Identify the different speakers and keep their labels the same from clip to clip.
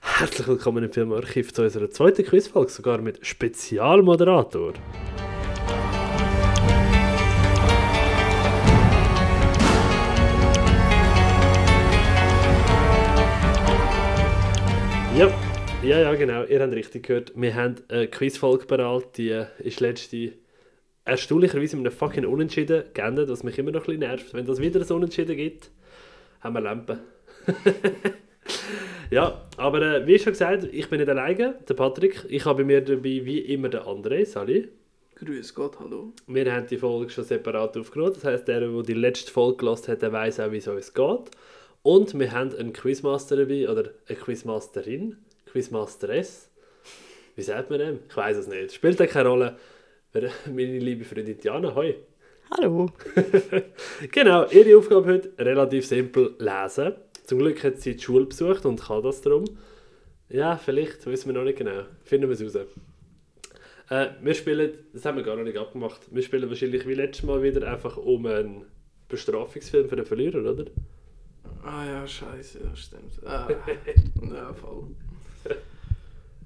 Speaker 1: Herzlich willkommen im Filmarchiv zu unserer zweiten Quizfolge, sogar mit Spezialmoderator. Ja, ja, ja, genau, ihr habt richtig gehört. Wir haben eine Quizfolge bereit, die ist letzte erstaunlicherweise mit einem fucking Unentschieden geendet, was mich immer noch ein bisschen nervt. Wenn das wieder ein Unentschieden gibt, haben wir Lampen. Ja, aber äh, wie schon gesagt, ich bin nicht alleine, der Patrick. Ich habe bei mir dabei wie immer den André, Sali.
Speaker 2: Grüß Gott, hallo.
Speaker 1: Wir haben die Folge schon separat aufgenommen. Das heisst, der, der die letzte Folge gelassen hat, der weiss auch, wie es uns geht. Und wir haben einen Quizmaster dabei, oder eine Quizmasterin, Quizmasteress. Wie sagt man dem? Ich weiß es nicht. Spielt ja keine Rolle. Wir- Meine liebe Freundin Diana, hoi.
Speaker 3: Hallo.
Speaker 1: Genau, ihre Aufgabe heute relativ simpel lesen. Zum Glück hat sie die Schule besucht und kann das darum. Ja, vielleicht, wissen wir noch nicht genau. Finden wir es raus. Äh, wir spielen, das haben wir gar noch nicht abgemacht, wir spielen wahrscheinlich wie letztes Mal wieder einfach um einen Bestrafungsfilm für den Verlierer, oder?
Speaker 2: Ah ja, scheiße, ja, stimmt. Ah, ja, voll.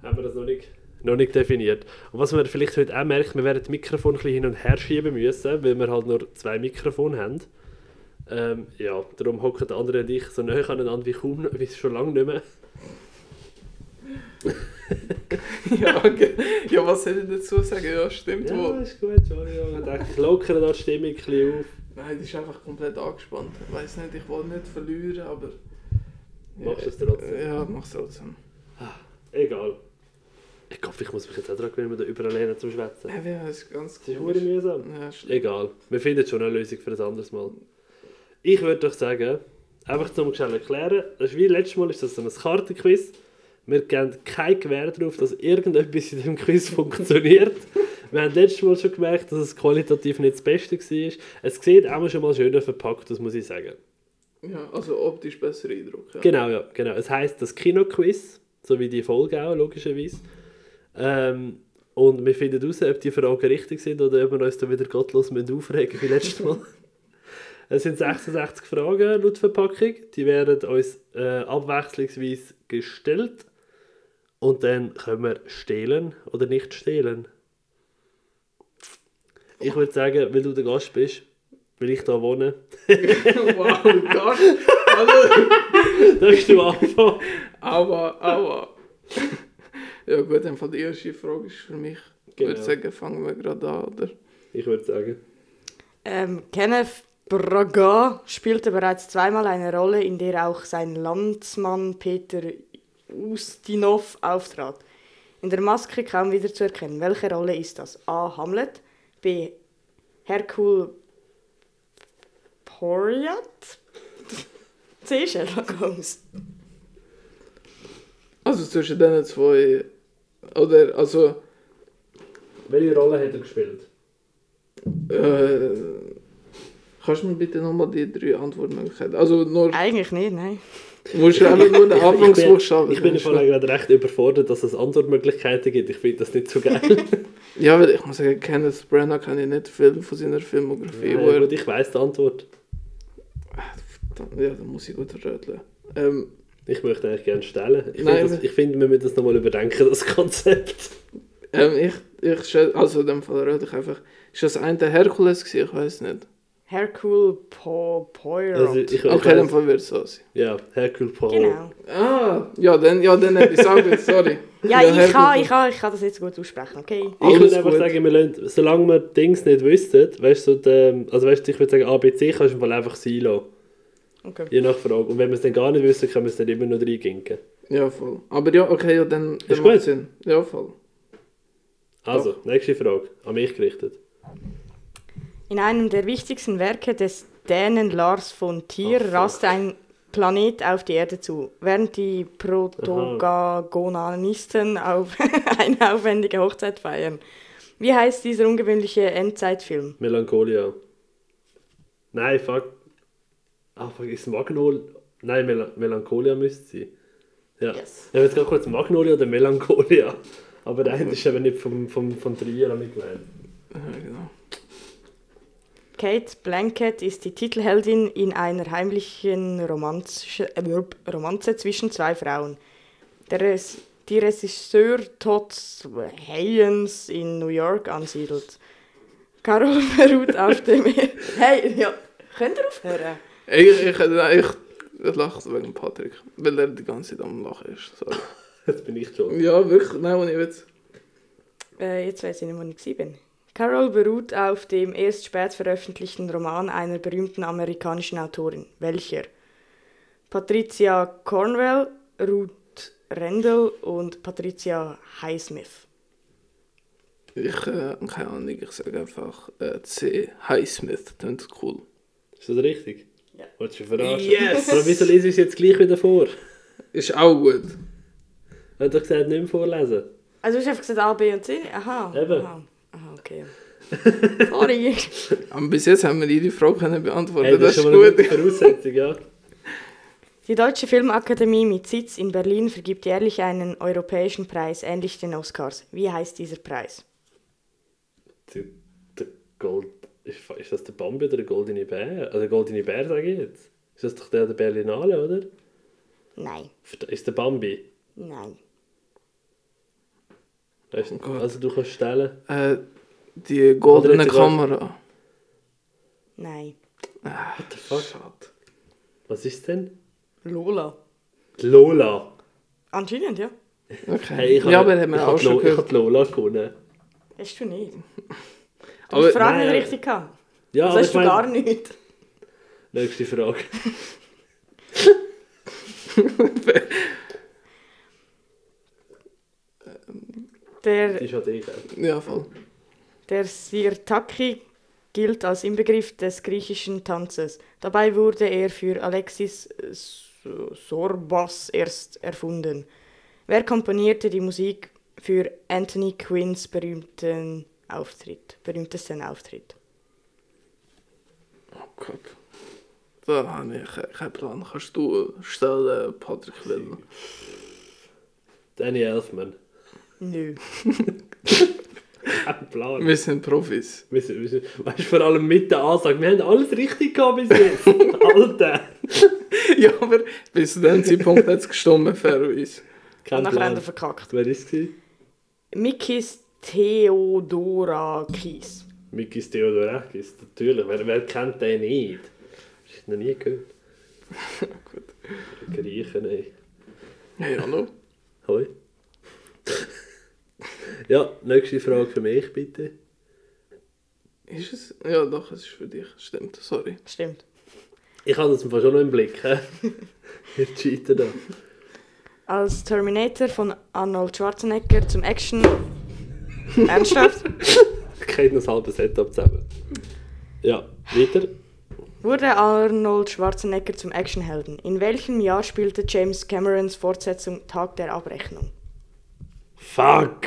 Speaker 1: Haben wir das noch nicht, noch nicht definiert. Und was man vielleicht heute auch merkt, wir werden das Mikrofon ein bisschen hin und her schieben müssen, weil wir halt nur zwei Mikrofone haben. Ähm, ja, darum hocken der andere und ich so nahe aneinander wie kaum, noch- wie schon lange nicht mehr.
Speaker 2: ja, okay. ja, was soll ich dazu sagen? Ja, stimmt
Speaker 1: Ja,
Speaker 2: wohl.
Speaker 1: ist gut, Entschuldigung. Ich denke, ich lockere da die Stimmung ein bisschen auf.
Speaker 2: Nein, die ist einfach komplett angespannt. Ich weiß nicht, ich will nicht verlieren, aber.
Speaker 1: Machst du es trotzdem?
Speaker 2: Ja, mach's trotzdem.
Speaker 1: Egal. Ich glaube, ich muss mich jetzt auch daran gewöhnen, da überlehnen zum Schwätzen.
Speaker 2: Ja, ja, ist ganz
Speaker 1: Das ist
Speaker 2: komisch.
Speaker 1: hure mühsam.
Speaker 2: Ja, schlimm.
Speaker 1: Egal, wir finden schon eine Lösung für ein anderes Mal. Ich würde doch sagen, einfach zum schnell erklären, das ist wie letztes Mal ist das so ein Kartenquiz. Wir geben kein Gewähr darauf, dass irgendetwas in diesem Quiz funktioniert. Wir haben letztes Mal schon gemerkt, dass es qualitativ nicht das Beste war. Es sieht auch schon mal schöner verpackt, das muss ich sagen.
Speaker 2: Ja, also optisch besser Eindruck. Ja.
Speaker 1: Genau, ja, genau. Es heißt das Kinoquiz, so wie die Folge auch, logischerweise. Ähm, und wir finden heraus, ob die Fragen richtig sind oder ob wir uns da wieder gottlos müssen aufregen wie letztes Mal. es sind 66 Fragen laut Verpackung. Die werden uns äh, abwechslungsweise gestellt. Und dann können wir stehlen oder nicht stehlen. Ich würde sagen, weil du der Gast bist, will ich da wohne, Genau.
Speaker 2: wow, Gott. Also,
Speaker 1: darfst du anfangen.
Speaker 2: aua, aua. ja, gut, dann von der ersten Frage ist für mich. Ich
Speaker 1: Genau.
Speaker 2: würde sagen, fangen wir gerade an, oder?
Speaker 1: Ich würde sagen.
Speaker 3: Ähm, Kenneth Braga spielte bereits zweimal eine Rolle, in der auch sein Landsmann Peter Ustinov auftrat. In der Maske kaum wieder zu erkennen. Welche Rolle ist das? A. Hamlet, B. Hercule Poirot, C. Sherlock Holmes.
Speaker 2: Also zwischen diesen zwei. Oder, also.
Speaker 1: Welche Rolle hat er gespielt?
Speaker 2: Äh, kannst du mir bitte nochmal die drei Antwortmöglichkeiten? Also, nur.
Speaker 3: Eigentlich nicht, nein.
Speaker 2: Musst du einfach nur den Anfangsbuchstaben.
Speaker 1: ich bin im Fall gerade recht überfordert, dass es Antwortmöglichkeiten gibt. Ich finde das nicht so geil.
Speaker 2: Ja, weil ich muss sagen, Kenneth Branagh kenne ich nicht viel von seiner Filmografie. wo
Speaker 1: ja,
Speaker 2: er,
Speaker 1: Äh, gut, ich weiss die Antwort.
Speaker 2: Verdammt, ja, da muss ich gut röteln. Ähm,
Speaker 1: Ich möchte eigentlich gerne stellen. Ich
Speaker 2: Nein,
Speaker 1: finde, das-
Speaker 2: aber-
Speaker 1: ich finde, wir müssen das nochmal überdenken, das Konzept.
Speaker 2: ähm, ich, ich schätze, also in dem Fall röte ich einfach. Ist das ein der Herkules gewesen? Ich weiß nicht.
Speaker 3: Hercule po Poirot.
Speaker 1: Also, ich, ich
Speaker 2: Okay, in dem
Speaker 1: weiss,
Speaker 2: Fall wird es so sein.
Speaker 1: ja, Hercule Poirot.
Speaker 3: genau.
Speaker 2: Ah, ja, dann, ja, dann hätte ich es auch gut, sorry.
Speaker 3: Ja, ich
Speaker 2: Hercule-
Speaker 3: kann, ich, kann, ich kann das jetzt gut aussprechen, okay?
Speaker 1: Ich
Speaker 2: Alles
Speaker 1: würde einfach
Speaker 2: gut.
Speaker 1: sagen, wir lassen, solange wir Dings nicht wüssten, weißt du, so die, also weißt du, ich würde sagen, ABC kannst du im Fall einfach sein lassen,
Speaker 3: okay.
Speaker 1: je nach Frage. Und wenn wir es dann gar nicht wissen, können wir es dann immer noch reinginken.
Speaker 2: Ja, Ah, voll. Aber ja, okay, ja, dann, dann
Speaker 1: Ist
Speaker 2: macht
Speaker 1: gut.
Speaker 2: Sinn. Ja, voll.
Speaker 1: Also, nächste Frage, an mich gerichtet.
Speaker 3: In einem der wichtigsten Werke des Dänen Lars von
Speaker 1: Ach,
Speaker 3: Thier
Speaker 1: fuck.
Speaker 3: rast ein Planet auf die Erde zu, während die Protagonisten auf eine aufwendige Hochzeit feiern. Wie heißt dieser ungewöhnliche Endzeitfilm?
Speaker 1: Melancholia. Nein, fuck. Ah, fuck, ist Magnol. Nein, Mel Melancholia müsste sein. Ja.
Speaker 3: Yes.
Speaker 1: Ich habe jetzt gerade kurz Magnolia oder Melancholia. Aber der eine ist eben nicht vom, vom, vom Dreier damit gemeint.
Speaker 2: Ja, genau.
Speaker 3: Kate Blanket ist die Titelheldin in einer heimlichen Romanz- äh, Romanze zwischen zwei Frauen. der Res die Regisseur Todd Hayens in New York ansiedelt. Carol beruht auf dem... hey, ja, könnt ihr aufhören?
Speaker 2: Ich, ich, nein, ich, ich lache wegen Patrick, weil er die ganze Zeit am Lachen ist. Sorry.
Speaker 1: Jetzt bin ich schon.
Speaker 2: Ja, wirklich,
Speaker 1: Nou,
Speaker 2: nein, ohne Witz.
Speaker 3: Äh, jetzt weiß ich nicht, wo ich gewesen bin. Carol beruht auf dem erst spät veröffentlichten Roman einer berühmten amerikanischen Autorin. Welcher? Patricia Cornwell, Ruth Rendell und Patricia Highsmith.
Speaker 2: Ich, äh, keine Ahnung, ich sage einfach äh, C. Highsmith, klingt cool.
Speaker 1: Ist das richtig?
Speaker 3: Ja.
Speaker 1: Wolltest du mich verarschen?
Speaker 2: Yes!
Speaker 1: Aber wieso lese ich es jetzt gleich wieder vor?
Speaker 2: Ist auch gut.
Speaker 1: Er hat doch gesagt, nicht mehr vorlesen.
Speaker 3: Also du hast einfach gesagt A, B und C? Aha.
Speaker 1: Eben.
Speaker 3: Aha, aha okay. Sorry.
Speaker 2: Aber bis jetzt haben wir jede Frage können beantworten
Speaker 1: Hey, dus
Speaker 2: das,
Speaker 1: schon
Speaker 2: ist
Speaker 1: mal eine
Speaker 2: gut.
Speaker 1: gute Voraussetzung, ja.
Speaker 3: Die Deutsche Filmakademie mit Sitz in Berlin vergibt jährlich einen europäischen Preis, ähnlich den Oscars. Wie heißt dieser Preis?
Speaker 1: Der, der Gold, ist, ist das der Bambi oder der Goldene Bär? Also der Goldene Bär sage ich jetzt. Ist das doch der der Berlinale, oder?
Speaker 3: Nein,
Speaker 1: Verd- Ist der Bambi?
Speaker 3: nein.
Speaker 1: Weißt du,
Speaker 2: Oh Gott.
Speaker 1: also du kannst stellen.
Speaker 2: Äh, die goldene
Speaker 1: Oder jetzt sogar-
Speaker 2: Kamera.
Speaker 3: Nein.
Speaker 1: What the fuck?
Speaker 2: Schade.
Speaker 1: Was ist denn?
Speaker 3: Lola.
Speaker 1: Die Lola.
Speaker 3: Anscheinend, ja.
Speaker 2: Okay.
Speaker 1: Hey, ich
Speaker 2: ja,
Speaker 1: habe-
Speaker 2: aber haben
Speaker 1: ich
Speaker 2: wir auch
Speaker 1: habe die
Speaker 2: schon
Speaker 1: Lo- Ich
Speaker 2: gehört.
Speaker 1: habe die Lola gewonnen.
Speaker 3: Hast du nicht. Du hast die
Speaker 2: Aber
Speaker 3: Frage
Speaker 1: nein,
Speaker 3: nicht
Speaker 1: aber-
Speaker 3: richtig gehabt.
Speaker 1: Ja,
Speaker 3: Das
Speaker 1: aber
Speaker 3: hast
Speaker 1: ich
Speaker 3: du gar
Speaker 1: meine...
Speaker 3: nicht.
Speaker 1: Nächste Frage.
Speaker 3: Der,
Speaker 1: Die ist halt an dich. gell?
Speaker 2: ja, voll.
Speaker 3: der Sirtaki gilt als Inbegriff des griechischen Tanzes. Dabei wurde er für Alexis äh, So- Sorbas erst erfunden. Wer komponierte die Musik für Anthony Quinns berühmten Auftritt, berühmtesten Auftritt?
Speaker 2: Oh Gott. Da habe ich äh, keinen Plan. Kannst du stellen, Patrick Will?
Speaker 1: Danny Elfman.
Speaker 3: Nö.
Speaker 1: Kein Plan.
Speaker 2: Wir sind Profis.
Speaker 1: Wir sind- wir sind- Weißt du, vor allem mit der Ansage, wir haben alles richtig gehabt bis jetzt. Alter!
Speaker 2: ja, aber bis zu dem Zeitpunkt hat es gestummen, fairerweise.
Speaker 1: Kein
Speaker 3: Und nachher haben
Speaker 1: Plan.
Speaker 3: wir verkackt.
Speaker 1: Wer war es? gewesen?
Speaker 3: Mikis Theodorakis.
Speaker 1: Mikis Theodorakis, natürlich. Wer, wer kennt den nicht? Hast du ihn noch nie gehört?
Speaker 2: Gut.
Speaker 1: Griechen, ey.
Speaker 2: Oh Hey, hallo.
Speaker 1: Hoi. ja, nächste Frage für mich, bitte.
Speaker 2: Ist es? Ja, doch, es ist für dich. Stimmt, sorry.
Speaker 3: Stimmt.
Speaker 1: Ich habe das im Fall schon noch im Blick. hä? Ihr cheatet da.
Speaker 3: Als Terminator von Arnold Schwarzenegger zum Action. Ernsthaft?
Speaker 1: Ich kriege noch das halbe Setup zusammen. Ja, weiter.
Speaker 3: Wurde Arnold Schwarzenegger zum Actionhelden? In welchem Jahr spielte James Camerons Fortsetzung Tag der Abrechnung?
Speaker 1: Fuck!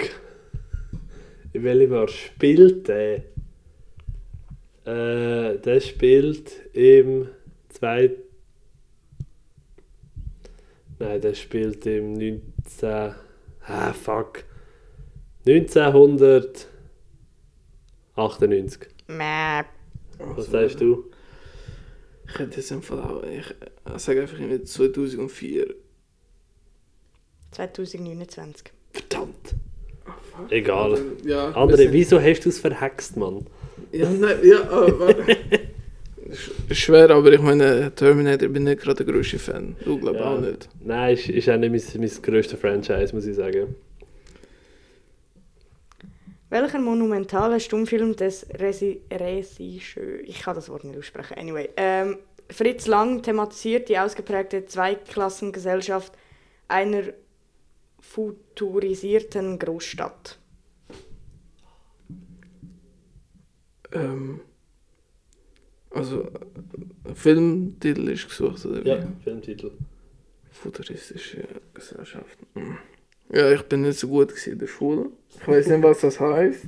Speaker 1: In welchem Jahr spielt der? Äh, der spielt im zwei. Nein, der spielt im 19. Ah, fuck. 1998.
Speaker 3: Mäh.
Speaker 1: Was sagst du?
Speaker 2: Also, Ich hätte jetzt im Fall auch. Ich äh, sage einfach immer 2004.
Speaker 3: 2029.
Speaker 1: Verdammt!
Speaker 2: Ah,
Speaker 1: Egal.
Speaker 2: Also, Ja,
Speaker 1: André, wieso hast du es verhext, Mann?
Speaker 2: Ja, nein, ja, aber. Sch- Schwer, aber ich meine, Terminator bin nicht gerade der größte Fan. Du glaubst
Speaker 1: Ja.
Speaker 2: auch nicht.
Speaker 1: Nein, ist, ist auch nicht mein, mein grösstes Franchise, muss ich sagen.
Speaker 3: Welcher monumentale Stummfilm des Resi- Regisseurs, ich kann das Wort nicht aussprechen, anyway, ähm, Fritz Lang thematisiert die ausgeprägte Zweiklassengesellschaft einer futurisierten Großstadt.
Speaker 2: Ähm, also, äh, Filmtitel ist gesucht, oder wie?
Speaker 1: Ja, Filmtitel.
Speaker 2: Futuristische Gesellschaft. Hm. Ja, ich bin nicht so gut gewesen in der Schule. Ich weiß nicht, was das heißt.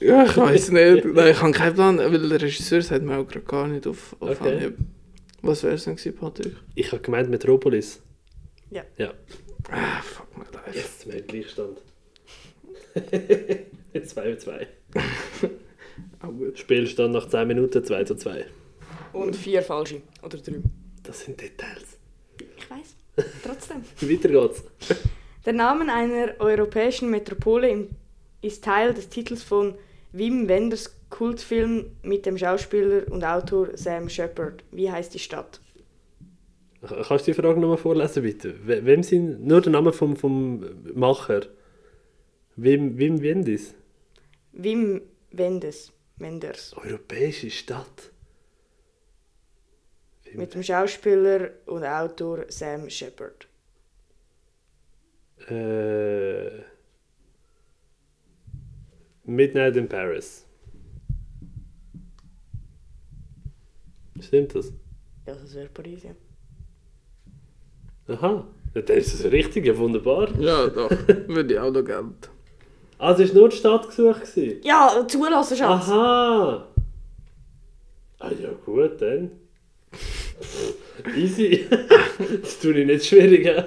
Speaker 2: Ja, ich weiß nicht. Nein, ich habe keinen Plan, weil der Regisseur sagt mir auch gerade gar nicht auf, auf
Speaker 1: Okay.
Speaker 2: Anhieb. Was wäre es denn gewesen, Patrick?
Speaker 1: Ich habe gemeint Metropolis.
Speaker 3: Ja.
Speaker 1: Ja.
Speaker 2: Ah, fuck my life.
Speaker 1: Yes, wir haben Gleichstand. 2 zu 2.
Speaker 2: Auch gut.
Speaker 1: Spielstand nach 10 Minuten 2 zu 2.
Speaker 3: Und vier falsche. Oder drei.
Speaker 1: Das sind Details.
Speaker 3: Ich weiß. Trotzdem.
Speaker 1: Weiter geht's.
Speaker 3: Der Name einer europäischen Metropole im- ist Teil des Titels von Wim Wenders Kultfilm mit dem Schauspieler und Autor Sam Shepard. Wie heißt die Stadt?
Speaker 1: Ka- Kannst du die Frage nochmal vorlesen, bitte? We- Wem sind. Nur der Name vom, vom Macher. Wem, wem Wendis?
Speaker 3: Wim Wenders. Wenders.
Speaker 1: Europäische Stadt. Wim,
Speaker 3: Mit dem Schauspieler und Autor Sam Shepard.
Speaker 1: äh, Midnight in Paris. Stimmt das?
Speaker 3: Ja, das wäre Paris, ja.
Speaker 1: Aha. Ja, Dann ist das richtig, ja wunderbar.
Speaker 2: Ja, doch. Würde ich auch noch Geld.
Speaker 1: Also es war nur die Stadt gesucht. gewesen?
Speaker 3: Ja, zulassen, Schatz.
Speaker 1: Aha! Ah ja gut, dann. Easy. das tue ich nicht schwierig. hä?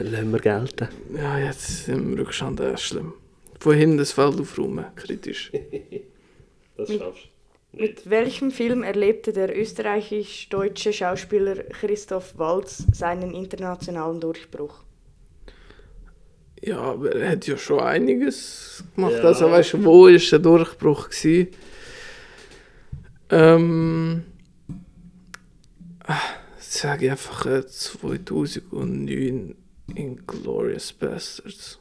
Speaker 1: Lassen wir gelten.
Speaker 2: Ja, jetzt im Rückstand auch schlimm. Von hinten das Feld aufräumen, kritisch.
Speaker 1: Das schaffst du. Nicht.
Speaker 3: Mit welchem Film erlebte der österreichisch-deutsche Schauspieler Christoph Waltz seinen internationalen Durchbruch?
Speaker 2: Ja, aber er hat ja schon einiges gemacht.
Speaker 1: Ja.
Speaker 2: Also weißt du, wo war der Durchbruch? Gewesen? Ähm. ah, Sag ich einfach äh, 2009 in Glorious Bastards.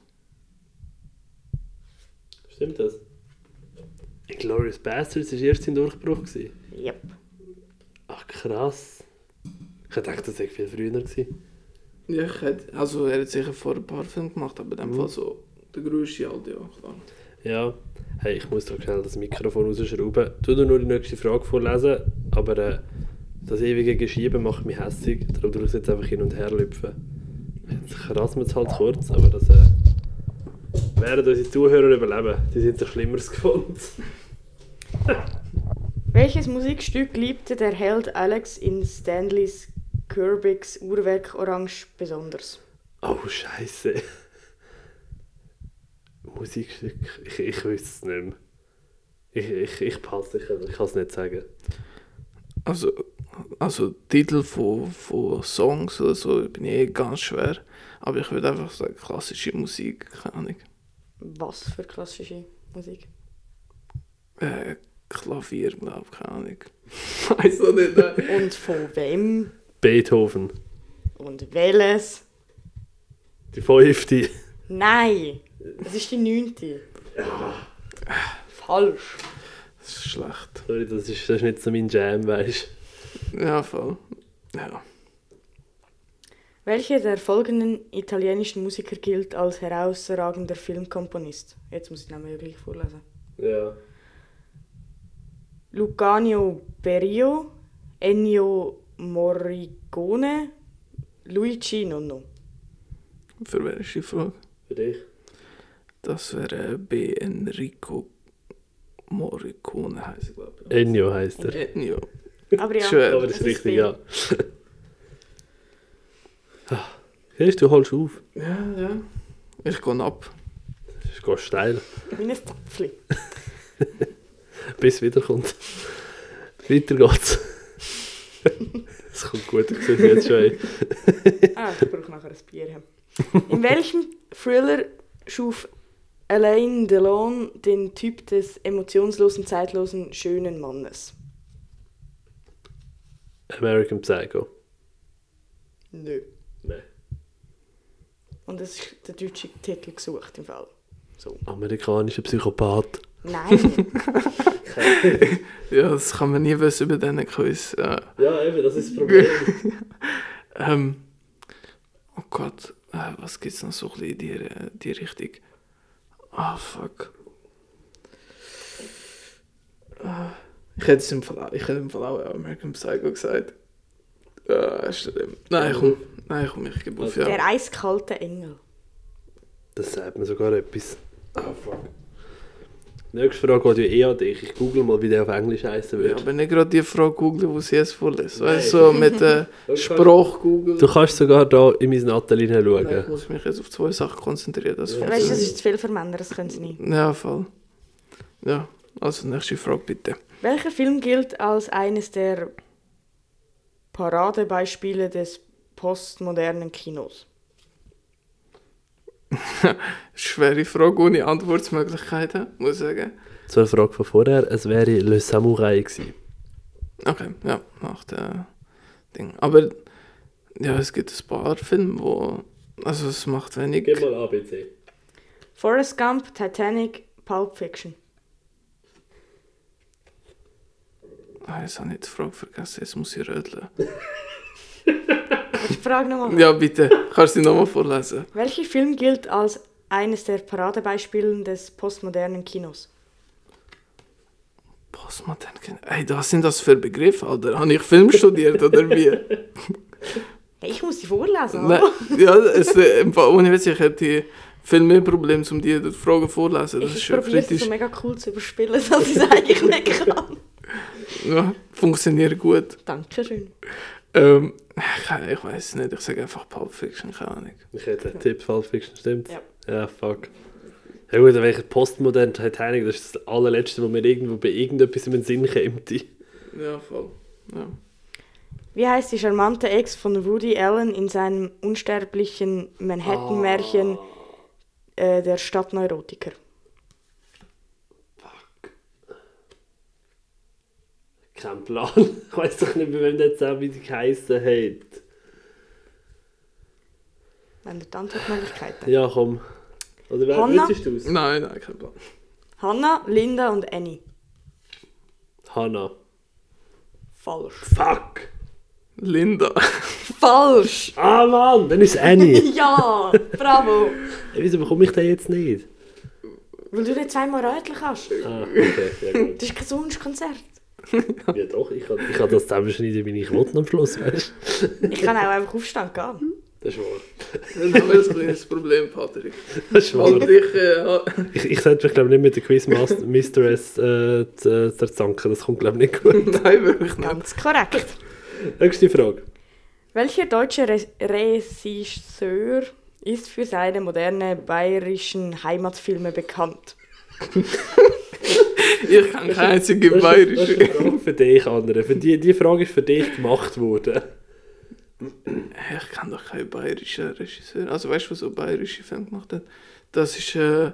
Speaker 1: Stimmt das? Glorious Bastards war erst sein Durchbruch. Gewesen.
Speaker 3: Yep.
Speaker 1: Ach krass. Ich dachte, das sei viel früher. Gewesen.
Speaker 2: Ja, ich hätte, also er hat sicher vor ein paar Filme gemacht, aber in dem Fall so der größte halt, ja, klar.
Speaker 1: Ja. Hey, ich muss doch schnell das Mikrofon rausschrauben. Tu dir nur die nächste Frage vorlesen, aber äh, das ewige Geschieben macht mich hässig. Darum drücke ich jetzt einfach hin und her lüpfen. Jetzt krassen wir es halt kurz, aber das äh, werden unsere Zuhörer überleben. Die sind sich Schlimmeres gefunden.
Speaker 3: Welches Musikstück liebte der Held Alex in Stanleys Kurbicks Uhrwerk Orange besonders?
Speaker 1: Oh, Scheiße. Musikstück. Ich, ich wüsste es nicht mehr. Ich, ich, ich passe, ich, ich kann es nicht sagen.
Speaker 2: Also, also Titel von, von Songs oder so bin ich eh ganz schwer. Aber ich würde einfach sagen, klassische Musik, keine Ahnung.
Speaker 3: Was für klassische Musik?
Speaker 2: Äh, Klavier, glaube ich, keine Ahnung. Weiß auch nicht. ne?
Speaker 3: Und von wem?
Speaker 1: Beethoven.
Speaker 3: Und welches?
Speaker 1: Die fünfte.
Speaker 3: Nein! Das ist die neunte. Falsch.
Speaker 2: Das ist schlecht.
Speaker 1: Sorry, das ist, das ist nicht so mein Jam, weißt
Speaker 2: Ja, voll. Ja.
Speaker 3: Welcher der folgenden italienischen Musiker gilt als herausragender Filmkomponist? Jetzt muss ich den Namen ja gleich vorlesen.
Speaker 1: du? Ja.
Speaker 3: Lucanio Berio, Ennio Morricone, Luigi Nonno.
Speaker 2: Für welche Frage?
Speaker 1: Für dich?
Speaker 2: Das wäre äh, B. Enrico Morricone, heisst er, glaube ich.
Speaker 1: Ennio heisst er.
Speaker 2: Äh, ja.
Speaker 3: Aber ja,
Speaker 2: Schön.
Speaker 1: Aber das ist
Speaker 3: es
Speaker 1: richtig,
Speaker 3: B.
Speaker 1: ja. Ah, Siehst du, du holst auf.
Speaker 2: Ja, ja. Ich gehe ab.
Speaker 1: Es geht steil.
Speaker 3: Wie ein Zapfli.
Speaker 1: Bis es wiederkommt. Weiter geht's. Es kommt gut, ich sehe es jetzt schon. ey.
Speaker 3: Ah, ich brauche nachher ein Bier. In welchem Thriller schuf Alain Delon den Typ des emotionslosen, zeitlosen, schönen Mannes?
Speaker 1: American Psycho.
Speaker 3: Nö.
Speaker 1: Nein.
Speaker 3: Und es ist der deutsche Titel gesucht im Fall. So.
Speaker 1: Amerikanischer Psychopath.
Speaker 3: Nein.
Speaker 2: Ja, das kann man nie wissen über diesen Quiz. Äh,
Speaker 1: Ja, eben, das ist das Problem.
Speaker 2: ähm, oh Gott, äh, was gibt's noch so ein bisschen in die, äh, die Richtung? Ah, fuck. Ah, ich hätte es im Fall auch, ich hätte im Fall auch American Psycho gesagt. Äh, schlimm. Nein, komm, nein, komm, ich gebe auf, ja.
Speaker 3: der eiskalte Engel.
Speaker 1: Das sagt mir sogar etwas. Ah, fuck. Die nächste Frage geht ja eh an dich. Ich google mal, wie der auf Englisch heißen
Speaker 2: Ja,
Speaker 1: würde.
Speaker 2: aber nicht gerade die Frage googeln, die sie jetzt vorlässt. Weißt du, so mit äh, Spruch googeln.
Speaker 1: Du kannst sogar da in mein Nathalie
Speaker 2: Nein, Ich
Speaker 1: hineinschauen.
Speaker 2: muss mich jetzt auf zwei Sachen konzentrieren. Das
Speaker 1: Ja.
Speaker 3: Weißt du,
Speaker 2: funktioniert.
Speaker 3: das ist zu viel für Männer, das können sie nicht.
Speaker 2: Ja, voll. Ja, also nächste Frage bitte.
Speaker 3: Welcher Film gilt als eines der Paradebeispiele des postmodernen Kinos?
Speaker 2: Schwere Frage ohne Antwortmöglichkeiten, muss ich sagen.
Speaker 1: Zur Frage von vorher, es wäre Le Samurai gewesen.
Speaker 2: Okay, ja, macht äh, Ding. Aber ja, es gibt ein paar Filme, wo. Also es macht wenig.
Speaker 1: Gib mal ABC.
Speaker 3: Forrest Gump, Titanic, Pulp Fiction.
Speaker 2: Ah, jetzt habe ich die Frage vergessen, jetzt muss ich rödeln.
Speaker 3: Ich frage nochmal.
Speaker 2: Ja, bitte, kannst du sie nochmal vorlesen?
Speaker 3: Welcher Film gilt als eines der Paradebeispiele des postmodernen Kinos?
Speaker 2: Postmodern Kinder. Ey, was sind das für Begriffe, Alter? Habe ich Film studiert oder wie?
Speaker 3: Hey, ich muss die vorlesen.
Speaker 2: Nein.
Speaker 3: hallo?
Speaker 2: Ja, es, äh, im Fall- ohne Witz, ich hätte viel mehr Probleme, um dir die Fragen vorzulesen. Das ist
Speaker 3: Ich
Speaker 2: schon
Speaker 3: probiere es
Speaker 2: kritisch.
Speaker 3: so mega cool zu überspielen, dass ich es eigentlich nicht kann.
Speaker 2: Ja, funktioniert gut.
Speaker 3: Dankeschön.
Speaker 2: Ähm, ich, ich weiß nicht, ich sage einfach Pulp Fiction, keine Ahnung.
Speaker 1: Ich hätte einen Tipp, Pulp Fiction, stimmt?
Speaker 3: Ja.
Speaker 1: Ja, fuck. Ja gut, welcher postmodern Titanic, das ist das allerletzte, wo mir irgendwo bei irgendetwas in den Sinn kommt.
Speaker 2: Ja, voll. Ja.
Speaker 3: Wie heißt die charmante Ex von Woody Allen in seinem unsterblichen Manhattan-Märchen
Speaker 2: Ah.
Speaker 3: äh, der Stadtneurotiker?
Speaker 1: Kein Plan. Ich weiß doch nicht, bei wem der zusammen geheissen hat.
Speaker 3: Wenn ihr die Antwortmöglichkeiten.
Speaker 1: Ja, komm. Oder wer
Speaker 3: Hanna?
Speaker 1: wüsstest du es?
Speaker 2: Nein, nein, kein Plan.
Speaker 3: Hannah, Linda und Annie.
Speaker 1: Hanna.
Speaker 3: Falsch.
Speaker 1: Fuck!
Speaker 2: Linda.
Speaker 3: Falsch!
Speaker 1: Ah Mann, dann ist es Annie.
Speaker 3: Ja, bravo!
Speaker 1: Hey, Wieso bekomme ich den jetzt nicht?
Speaker 3: Weil du nicht zweimal rötlich kannst.
Speaker 1: Ah, okay, ja gut.
Speaker 3: Das ist kein Wunschkonzert.
Speaker 1: Ja doch, ich kann, ich kann das zusammenschneiden, wie ich will am Schluss, weißt du?
Speaker 3: Ich kann auch einfach aufstehen gehen.
Speaker 1: Das ist wahr.
Speaker 2: Dann haben wir ein kleines Problem, Patrick.
Speaker 1: Das ist wahr.
Speaker 2: Und ich, äh,
Speaker 1: Ich, ich sollte mich, glaube nicht mit der Quizmaster Mistress äh, z- äh, zerzanken. Das kommt, glaube nicht gut.
Speaker 2: nein, wirklich nicht.
Speaker 3: Ganz korrekt.
Speaker 1: Nächste Frage.
Speaker 3: Welcher deutsche Re Regisseur ist für seine moderne bayerischen Heimatfilme bekannt?
Speaker 2: Ich kann keine einzige
Speaker 1: Das ist, das ist eine
Speaker 2: bayerische.
Speaker 1: Frage für dich, andere. Für die, die Frage ist für dich gemacht worden.
Speaker 2: Ich kann doch keinen bayerischen Regisseur. Also weißt du, was so bayerische Filme gemacht hat? Das ist, äh,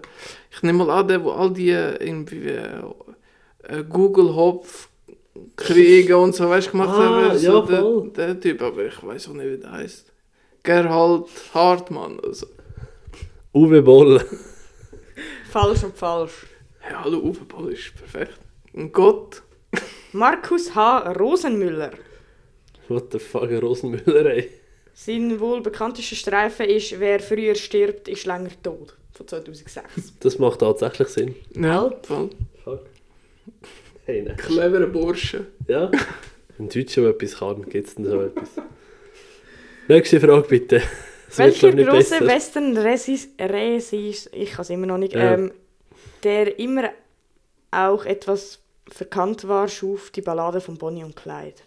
Speaker 2: ich nehme mal an, der, wo all die äh, irgendwie äh, äh, Google Hopf Kriege und so weißt du, gemacht
Speaker 1: Ah,
Speaker 2: haben.
Speaker 1: ja,
Speaker 2: So
Speaker 1: voll.
Speaker 2: der, der Typ, aber ich weiß auch nicht, wie der heißt. Gerhard Hartmann. Also.
Speaker 1: Uwe Boll.
Speaker 3: Falsch und falsch.
Speaker 2: Hey, hallo, Uwe Boll ist perfekt. Und Gott.
Speaker 3: Markus H. Rosenmüller.
Speaker 1: What the fuck, Rosenmüller, ey.
Speaker 3: Sein wohl bekanntester Streifen ist «Wer früher stirbt, ist länger tot» von 2006.
Speaker 1: Das macht tatsächlich Sinn.
Speaker 2: Ja, voll.
Speaker 1: Fuck. Hey, ne.
Speaker 2: Cleverer Bursche.
Speaker 1: Ja? Wenn Deutschland etwas kann, gibt es denn so um etwas. Nächste Frage bitte. Das wird,
Speaker 3: Welcher
Speaker 1: glaub ich,
Speaker 3: große Western-Regisseur, ich kann es immer noch nicht,
Speaker 1: Ja.
Speaker 3: ähm, der immer auch etwas verkannt war, schuf die Ballade von Bonnie und Clyde.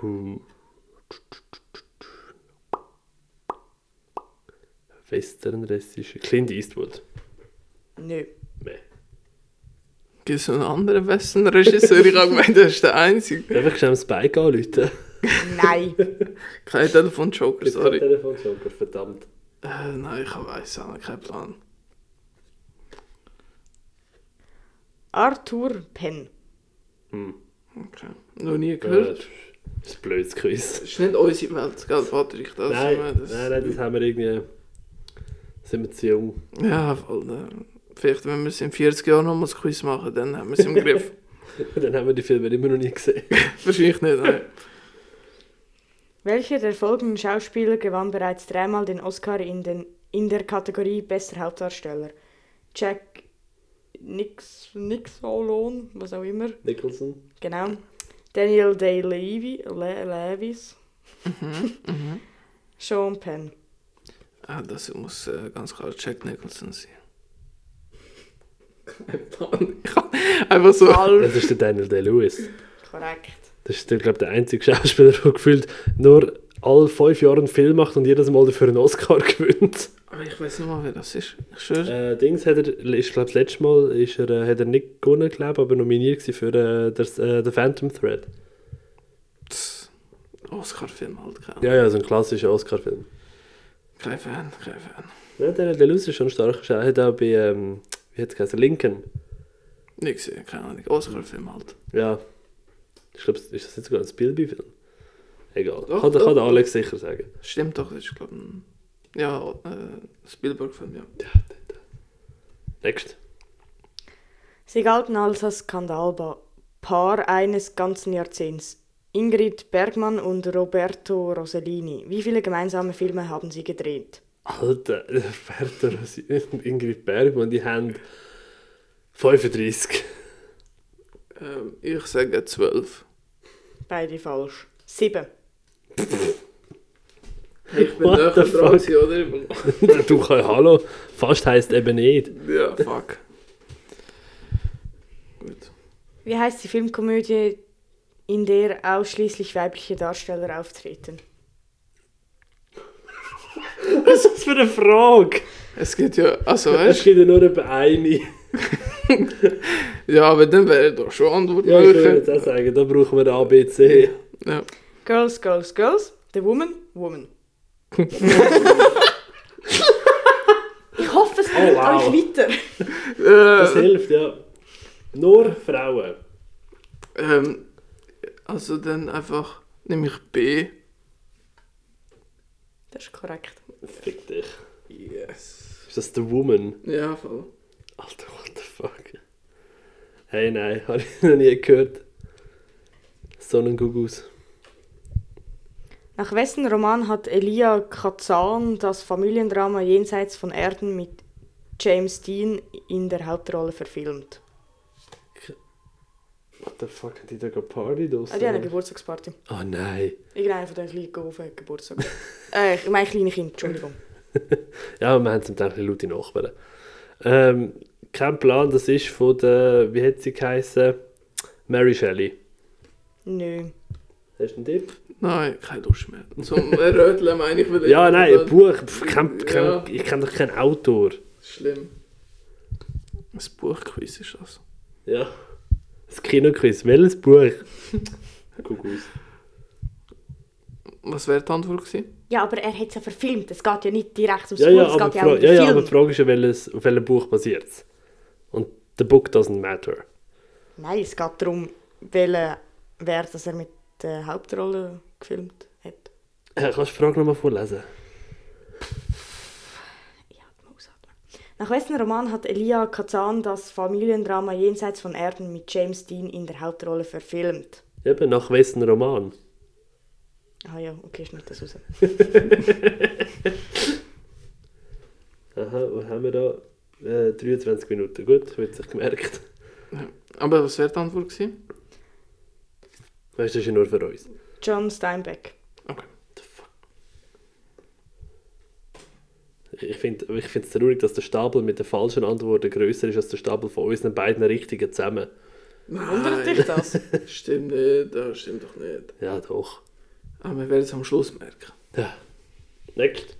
Speaker 1: Hm. Western-Regisseur. Clint Eastwood.
Speaker 3: Nö.
Speaker 1: Nee.
Speaker 2: Gibt es noch einen anderen Western-Regisseur? Ich habe gemeint, das ist der einzige.
Speaker 1: Darf ich schnell Spike anrufen?
Speaker 3: Nein.
Speaker 2: Kein Telefonjoker, sorry.
Speaker 1: Telefonjoker, verdammt.
Speaker 2: Äh, nein, ich weiß auch noch keinen Plan.
Speaker 3: Arthur Penn.
Speaker 2: Okay. Noch nie
Speaker 1: Das
Speaker 2: gehört.
Speaker 1: ist ein blödes Quiz.
Speaker 2: Das ist nicht unsere Welt, gell, Patrick? Das
Speaker 1: nein,
Speaker 2: haben wir- Also, das,
Speaker 1: nein, nein, das haben wir irgendwie... Sind wir zu jung.
Speaker 2: Ja, voll. äh, Vielleicht, wenn wir es in 40 Jahren nochmals Quiz machen, dann haben wir es im Griff.
Speaker 1: Dann haben wir die Filme immer noch nie gesehen.
Speaker 2: Wahrscheinlich nicht, nein.
Speaker 3: Welcher der folgenden Schauspieler gewann bereits dreimal den Oscar in, den, in der Kategorie Bester Hauptdarsteller? Jack Nix, Nixolon, was auch immer.
Speaker 1: Nicholson.
Speaker 3: Genau. Daniel Day-Levy, Le Levis.
Speaker 1: Mhm,
Speaker 3: Sean Penn.
Speaker 2: Ah, das muss äh, ganz klar Jack Nicholson sein. Kein Plan. Ich hab Einfach so.
Speaker 1: Das ist der Daniel Day-Lewis.
Speaker 3: Korrekt.
Speaker 1: Das ist, glaube ich, der einzige Schauspieler, der gefühlt nur alle fünf Jahre einen Film macht und jedes Mal dafür einen Oscar gewinnt.
Speaker 2: Aber ich weiß nicht mal, wer das ist. Ich schwöre.
Speaker 1: Äh, Dings hat er, ich glaube, das letzte Mal ist er, äh, hat er nicht gewonnen, glaube aber nominiert gewesen für äh, das, äh, The Phantom Thread.
Speaker 2: Tss, Oscar-Film halt. Kein,
Speaker 1: Ja, ja, so ein klassischer Oscar-Film.
Speaker 2: kein Fan, kein Fan.
Speaker 1: Ja, der Deleuze ist schon stark. Er hat auch bei, ähm, wie hat es geheißen, Lincoln.
Speaker 2: Nicht gesehen, keine Ahnung. Oscar-Film halt.
Speaker 1: Ja. Ich glaube, ist das jetzt sogar ein Spielbeifilm? Egal.
Speaker 2: Doch,
Speaker 1: kann,
Speaker 2: doch,
Speaker 1: kann der
Speaker 2: doch.
Speaker 1: Alex sicher sagen.
Speaker 2: Stimmt doch, das ist glaube ich ein ja, äh, Spielberg-Film, ja.
Speaker 1: Next.
Speaker 3: Sie galten als das Skandalpaar eines ganzen Jahrzehnts. Ingrid Bergmann und Roberto Rossellini. Wie viele gemeinsame Filme haben sie gedreht?
Speaker 1: Alter, Werther und Ingrid Bergmann, die haben 35.
Speaker 2: Ähm, ich sage 12.
Speaker 3: Beide falsch. Sieben.
Speaker 2: Ich bin
Speaker 1: What
Speaker 2: näher
Speaker 1: the
Speaker 2: dran,
Speaker 1: fuck?
Speaker 2: gewesen, oder? Eben.
Speaker 1: du kannst hallo. Fast heisst eben nicht.
Speaker 2: Ja, fuck. Gut.
Speaker 3: Wie heißt die Filmkomödie, in der ausschließlich weibliche Darsteller auftreten?
Speaker 1: Was ist das für eine Frage?
Speaker 2: Es geht ja, also
Speaker 1: Es
Speaker 2: weißt
Speaker 1: gibt ja nur etwa eine.
Speaker 2: du, ja, aber dann wäre doch schon Antwort
Speaker 1: Ja, ich würde
Speaker 2: möglich.
Speaker 1: jetzt auch sagen, da brauchen wir ABC.
Speaker 2: Ja.
Speaker 3: Girls, Girls, Girls. The Woman, Woman. ich hoffe, es hilft
Speaker 1: wow.
Speaker 3: euch weiter.
Speaker 1: Das
Speaker 2: Äh,
Speaker 1: hilft, ja. Nur Frauen.
Speaker 2: ähm, also dann einfach nehme ich B.
Speaker 3: Das ist korrekt.
Speaker 1: Fick dich.
Speaker 2: Yes.
Speaker 1: Ist das The Woman?
Speaker 2: Ja, voll.
Speaker 1: Alter, what the fuck? Hey, nein, habe ich noch nie gehört. Sonnengugus.
Speaker 3: Nach wessen Roman hat Elia Kazan das Familiendrama Jenseits von Erden mit James Dean in der Hauptrolle verfilmt? Ah,
Speaker 1: What the fuck, hat die da gerade Party draus?
Speaker 3: Ah, die haben eine Geburtstagsparty.
Speaker 1: Oh nein.
Speaker 3: Irgendeiner von den kleinen Gaufen hat Geburtstag. äh, ich meine kleine Kinder, Entschuldigung.
Speaker 1: Ja, wir haben zum Teil ein bisschen laute Nachbarn. Ähm, kein Plan, das ist von der, wie hat sie geheißen? Mary Shelley.
Speaker 3: Nö.
Speaker 1: Hast du einen Tipp?
Speaker 2: Nein, keine Lust mehr. Zum Röteln meine ich, weil ich-
Speaker 1: Ja, also, äh, nein, ein Buch. Pff, kein, kein,
Speaker 2: Ja.
Speaker 1: Ich kenne doch keinen Autor.
Speaker 2: Schlimm. Ein Buchquiz ist das.
Speaker 1: Ja. Das Kinoquiz, welches Buch? Gugus.
Speaker 2: Was wäre die Antwort gewesen?
Speaker 3: Ja, aber er hat es ja verfilmt. Es geht ja nicht direkt ums
Speaker 1: Ja,
Speaker 3: Buch,
Speaker 1: ja,
Speaker 3: es
Speaker 1: aber,
Speaker 3: geht
Speaker 1: die
Speaker 3: ja auch um
Speaker 1: Fra-
Speaker 3: den
Speaker 1: ja, ja, aber
Speaker 3: Film.
Speaker 1: die Frage ist ja, welches, auf welchem Buch basiert es? Und the book doesn't matter.
Speaker 3: Nein, es geht darum, welchen, wer das er mit der Hauptrolle gefilmt hat.
Speaker 1: Äh, kannst du die Frage nochmal vorlesen?
Speaker 3: Ja, mal ausatmen. Nach wessen Roman hat Elia Kazan das Familiendrama Jenseits von Erden mit James Dean in der Hauptrolle verfilmt?
Speaker 1: Eben, nach wessen Roman?
Speaker 3: Ah ja, okay, schneid das raus.
Speaker 1: Aha, was haben wir da? Äh, 23 Minuten, gut, wird sich gemerkt.
Speaker 2: Aber was wäre die Antwort gewesen?
Speaker 1: Weißt du, das ist ja nur für uns.
Speaker 3: John Steinbeck.
Speaker 2: Okay.
Speaker 1: Ich- Ich finde es ich find's traurig, dass der Stapel mit den falschen Antworten größer ist als der Stapel von unseren beiden richtigen zusammen.
Speaker 3: Wundert dich das?
Speaker 2: Stimmt nicht, das stimmt doch nicht.
Speaker 1: Ja, doch.
Speaker 2: Aber wir werden es am Schluss merken.
Speaker 1: Ja. Next.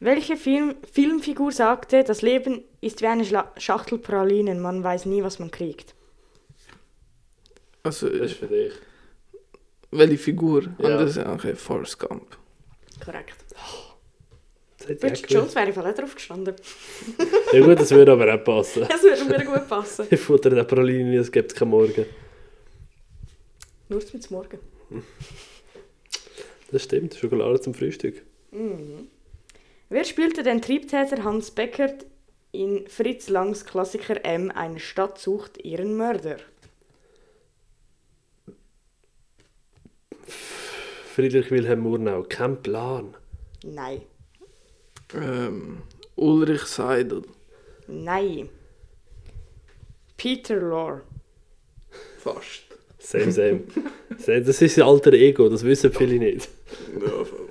Speaker 3: Welche Film Filmfigur sagte, das Leben ist wie eine Schla Schachtel Pralinen, man weiß nie, was man kriegt?
Speaker 2: Also,
Speaker 1: Das ist für dich.
Speaker 2: welche Figur?
Speaker 1: Ja.
Speaker 2: Anders, okay, Forrest Gump.
Speaker 3: Korrekt.
Speaker 1: Das hat ja
Speaker 3: Bridget
Speaker 1: gewusst.
Speaker 3: Jones wäre ich voll drauf gestanden.
Speaker 1: ja gut, das würde aber auch passen.
Speaker 3: Das würde mir gut passen.
Speaker 1: Ich futter den Pralinen, es gibt keinen Morgen.
Speaker 3: Nur zum Morgen.
Speaker 1: Das stimmt, Schokolade zum Frühstück.
Speaker 3: Wer spielte den Triebtäter Hans Beckert in Fritz Langs Klassiker M Eine Stadt sucht ihren Mörder?
Speaker 1: Friedrich Wilhelm Murnau, kein Plan.
Speaker 3: Nein.
Speaker 2: Ähm, Ulrich Seidel.
Speaker 3: Nein. Peter Lorre.
Speaker 2: Fast.
Speaker 1: Same, same. Same, das ist ein alter Ego, das wissen viele nicht.
Speaker 2: Ja, voll.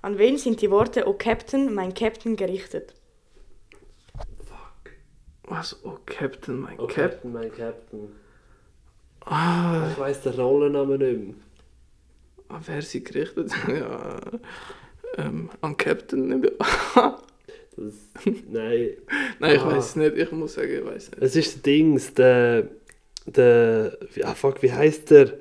Speaker 3: An wen sind die Worte O Captain, mein Captain gerichtet?
Speaker 2: Was? Oh, Captain, mein Captain.
Speaker 1: mein Captain.
Speaker 2: Ah,
Speaker 1: Ich weiss den Rollennamen nicht mehr.
Speaker 2: an wer sie gerichtet? ja. Ähm, an Captain nicht
Speaker 1: Das, nein.
Speaker 2: Nein, ich
Speaker 1: Ah.
Speaker 2: weiß es nicht. Ich muss sagen, ich weiß es nicht.
Speaker 1: Es ist der Dings, der. der. wie- Ah, fuck, wie heißt der?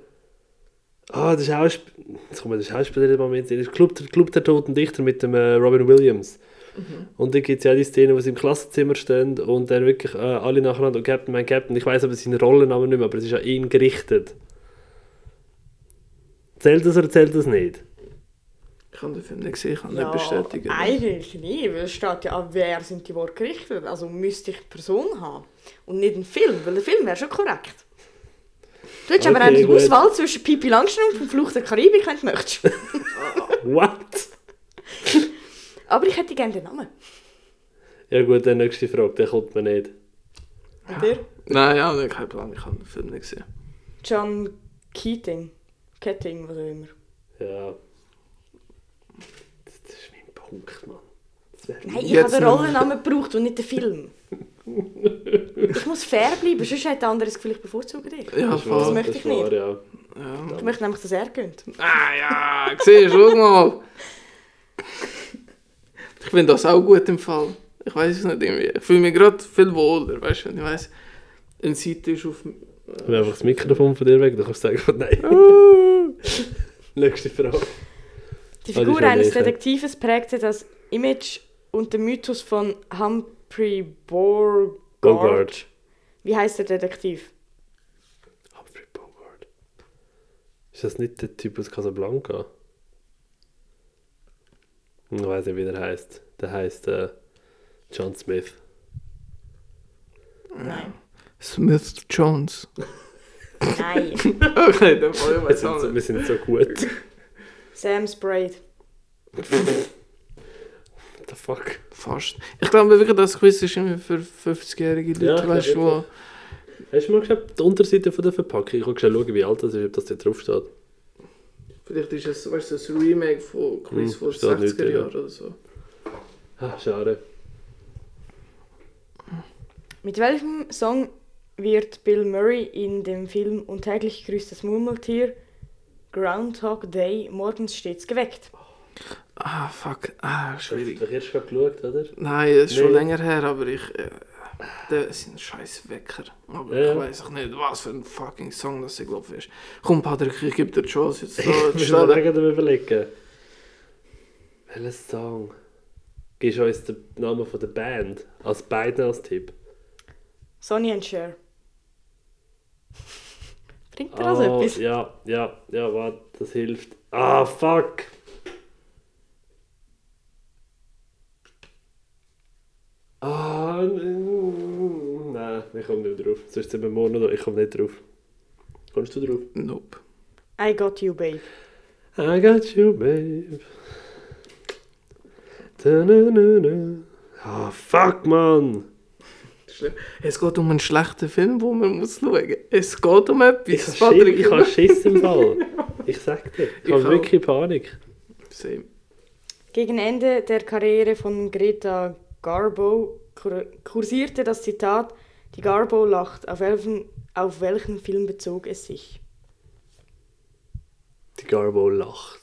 Speaker 1: Ah, der Schauspieler. Jetzt kommt mir der Schauspieler im Moment in den Club, der Club der Toten Dichter mit dem äh, Robin Williams. Und da gibt es ja die Szene, wo sie im Klassenzimmer stehen und dann wirklich äh, alle nacheinander und Captain, mein Captain. Ich weiß aber seinen Rollennamen nicht mehr, aber es ist an ihn gerichtet. Zählt das oder zählt das nicht?
Speaker 2: Ich habe den Film nicht gesehen, ich kann nicht bestätigen. ne?
Speaker 3: Eigentlich nicht, weil es steht ja an wer sind die Worte gerichtet. Also müsste ich die Person haben. Und nicht einen Film, weil der Film wäre schon korrekt. Du hättest aber
Speaker 1: Okay,
Speaker 3: eine
Speaker 1: gut.
Speaker 3: Auswahl zwischen Pipi Langstrumpf und Fluch der Karibik, wenn du möchtest.
Speaker 1: What?
Speaker 3: aber ich hätte gerne den Namen.
Speaker 1: Ja gut, dann nächste Frage, der kommt mir nicht.
Speaker 3: Und der?
Speaker 2: Nein, ja, ich habe Plan, ich habe den Film nicht gesehen.
Speaker 3: John Keating. Ketting, was auch immer.
Speaker 1: Ja. Das, das ist mein Punkt, Mann. Das wär-
Speaker 3: Nein, ich
Speaker 2: Jetzt
Speaker 3: habe den
Speaker 2: nicht.
Speaker 3: Rollennamen gebraucht und nicht den Film. ich muss fair bleiben, sonst hat der andere das Gefühl, ich bevorzuge dich.
Speaker 2: Ja,
Speaker 1: das ist wahr,
Speaker 2: voll.
Speaker 3: möchte
Speaker 1: das
Speaker 3: ich
Speaker 1: ist wahr,
Speaker 3: nicht.
Speaker 1: Ja.
Speaker 3: Ich möchte nämlich, dass er gönnt.
Speaker 2: Ah ja, siehst du, schau mal. Ich finde das auch gut im Fall. Ich weiß es nicht irgendwie. Ich fühle mich gerade viel wohler, weißt du, wenn ich weiss, eine Seite ist auf dem...
Speaker 1: Wenn einfach das Mikrofon von dir weg, dann kannst du sagen, oh nein. Nächste Frage.
Speaker 3: Die
Speaker 1: Ah, die
Speaker 3: Figur
Speaker 1: ist ja
Speaker 3: eines
Speaker 1: leicht, ja.
Speaker 3: Detektives prägte das Image und den Mythos von Humphrey Bogart.
Speaker 1: Bogart.
Speaker 3: Wie heißt der Detektiv?
Speaker 1: Humphrey Bogart. Ist das nicht der Typ aus Casablanca? Ich weiß nicht, wie der heißt. Der heißt äh, John Smith.
Speaker 3: Nein.
Speaker 2: Smith Jones.
Speaker 3: Nein.
Speaker 2: Okay, dann voll ich
Speaker 1: Wir
Speaker 2: weiß
Speaker 1: sind,
Speaker 2: auch
Speaker 1: so,
Speaker 2: nicht.
Speaker 1: wir sind so gut.
Speaker 3: Sam Spade.
Speaker 1: What the fuck?
Speaker 2: Fast. Ich glaube wirklich, das Quiz ist irgendwie für 50-jährige Leute,
Speaker 1: Ja, ich
Speaker 2: weißt du,
Speaker 1: glaube
Speaker 2: wo...
Speaker 1: Hast du mal geschaut, die Unterseite von der Verpackung? Ich kann schnell schauen, wie alt das ist, ob das da drauf steht.
Speaker 2: Vielleicht ist es, weißt du, das Remake von Quiz
Speaker 1: Hm,
Speaker 2: von
Speaker 1: versteht nicht,
Speaker 2: 60er
Speaker 1: ja.
Speaker 2: Jahren oder so.
Speaker 1: Ah, schade.
Speaker 3: Mit welchem Song wird Bill Murray in dem Film Und täglich grüßt das Murmeltier Groundhog Day morgens stets geweckt?
Speaker 2: Ah, fuck. Ah, schwierig.
Speaker 1: Du hast erst gerade geschaut, oder?
Speaker 2: Nein, es ist schon
Speaker 1: Nee.
Speaker 2: länger her, aber ich. Äh, der ist ein scheiß Wecker. Aber
Speaker 1: Ja, ja.
Speaker 2: ich weiß auch nicht, was für ein fucking Song das ich glaube ist. Komm, Patrick, ich gebe dir die Chance jetzt so
Speaker 1: Ich
Speaker 2: zu
Speaker 1: muss mir
Speaker 2: stellen.
Speaker 1: lange darüber überlegen. Welches Song? Gibst du uns den Namen von der Band? Als beiden als Tipp.
Speaker 3: Sonny and Cher. Bringt dir das
Speaker 1: Ah,
Speaker 3: etwas?
Speaker 1: ja, ja, ja, warte, das hilft. Ah, fuck! Ah, n- nein, ich komme nicht drauf. Sonst sind wir morgen noch, ich komme nicht drauf. Kommst du drauf?
Speaker 2: Nope.
Speaker 3: I Got You Babe.
Speaker 1: I got you, babe. Ta-na-na-na. Ah, fuck, Mann!
Speaker 2: Schlimm. Es geht um einen schlechten Film, wo man muss schauen. Es geht um etwas.
Speaker 1: Ich habe Schiss, ich habe Schiss im Fall. Ich sag dir, ich,
Speaker 2: Ich
Speaker 1: habe
Speaker 2: auch.
Speaker 1: wirklich Panik.
Speaker 2: Same.
Speaker 3: Gegen Ende der Karriere von Greta Garbo kur kursierte das Zitat Die Garbo lacht. Auf welchen, auf welchen Film bezog es sich?
Speaker 1: Die Garbo lacht.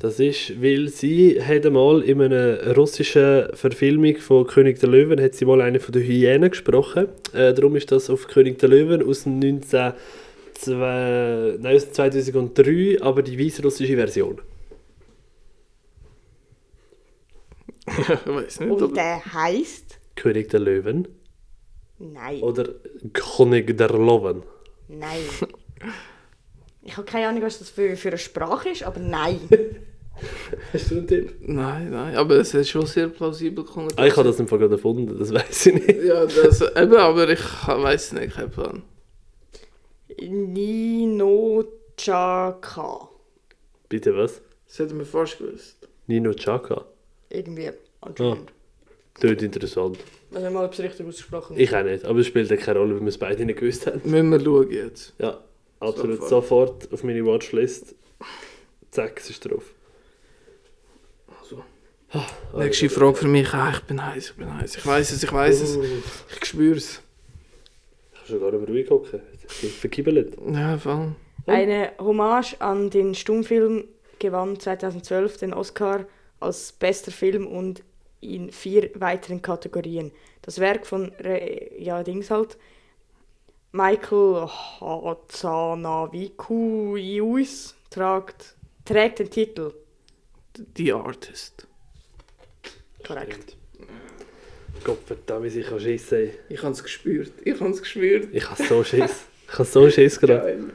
Speaker 1: Das ist, weil sie hat mal in einer russischen Verfilmung von König der Löwen hat sie mal eine von den Hyänen gesprochen. Äh, darum ist das auf König der Löwen aus dem 19, zwei- nein, aus dem 2003, aber die weißrussische Version.
Speaker 2: ich weiß nicht.
Speaker 3: Und
Speaker 2: Oder?
Speaker 3: der heißt?
Speaker 1: König der Löwen
Speaker 3: Nein.
Speaker 1: oder König der Löwen.
Speaker 3: Nein. Ich habe keine Ahnung, was das für, für eine Sprache ist, aber nein.
Speaker 1: Hast du einen Tipp?
Speaker 2: Nein, nein. Aber es ist schon sehr plausibel gekommen.
Speaker 1: Ah, ich habe das im Fall gerade erfunden, das weiß ich nicht.
Speaker 2: Ja, eh, das, eben, aber ich weiß nicht, kein Plan.
Speaker 3: Nino Chaka.
Speaker 1: Bitte was?
Speaker 2: Das hätte mir fast gewusst.
Speaker 1: Nino Chaka.
Speaker 3: Irgendwie. Anscheinend.
Speaker 1: Tönt interessant.
Speaker 3: Ich weiß nicht mal, ob es richtig ausgesprochen ist.
Speaker 1: Ich auch nicht, aber es spielt ja keine Rolle, weil wir es beide nicht gewusst haben.
Speaker 2: Müssen wir schauen jetzt.
Speaker 1: Ja, absolut.
Speaker 2: Sofort.
Speaker 1: Sofort, auf meine Watchlist. Zack, es ist drauf.
Speaker 2: Also.
Speaker 1: Ah,
Speaker 2: Nächste Frage für mich. Ah, ich bin heiß, ich bin heiß. Ich weiß es, ich weiß es.
Speaker 1: Uh, ich
Speaker 2: Ich spüre es.
Speaker 1: kann schon gar nicht mehr ruhig hocken. Ich bin verkibbelt.
Speaker 2: Ja, voll.
Speaker 3: Eine Hommage an den Stummfilm gewann 2012 den Oscar als bester Film und in vier weiteren Kategorien. Das Werk von Re ja, Dings halt, Michael Hazanavikuius trägt, trägt den Titel.
Speaker 2: The Artist.
Speaker 3: Korrekt.
Speaker 1: Gott verdammt, ich kann Schiss ey.
Speaker 2: Ich habe es gespürt. Ich habe es gespürt.
Speaker 1: Ich habe so Schiss. Ich habe so Schiss gerade.
Speaker 2: Geil.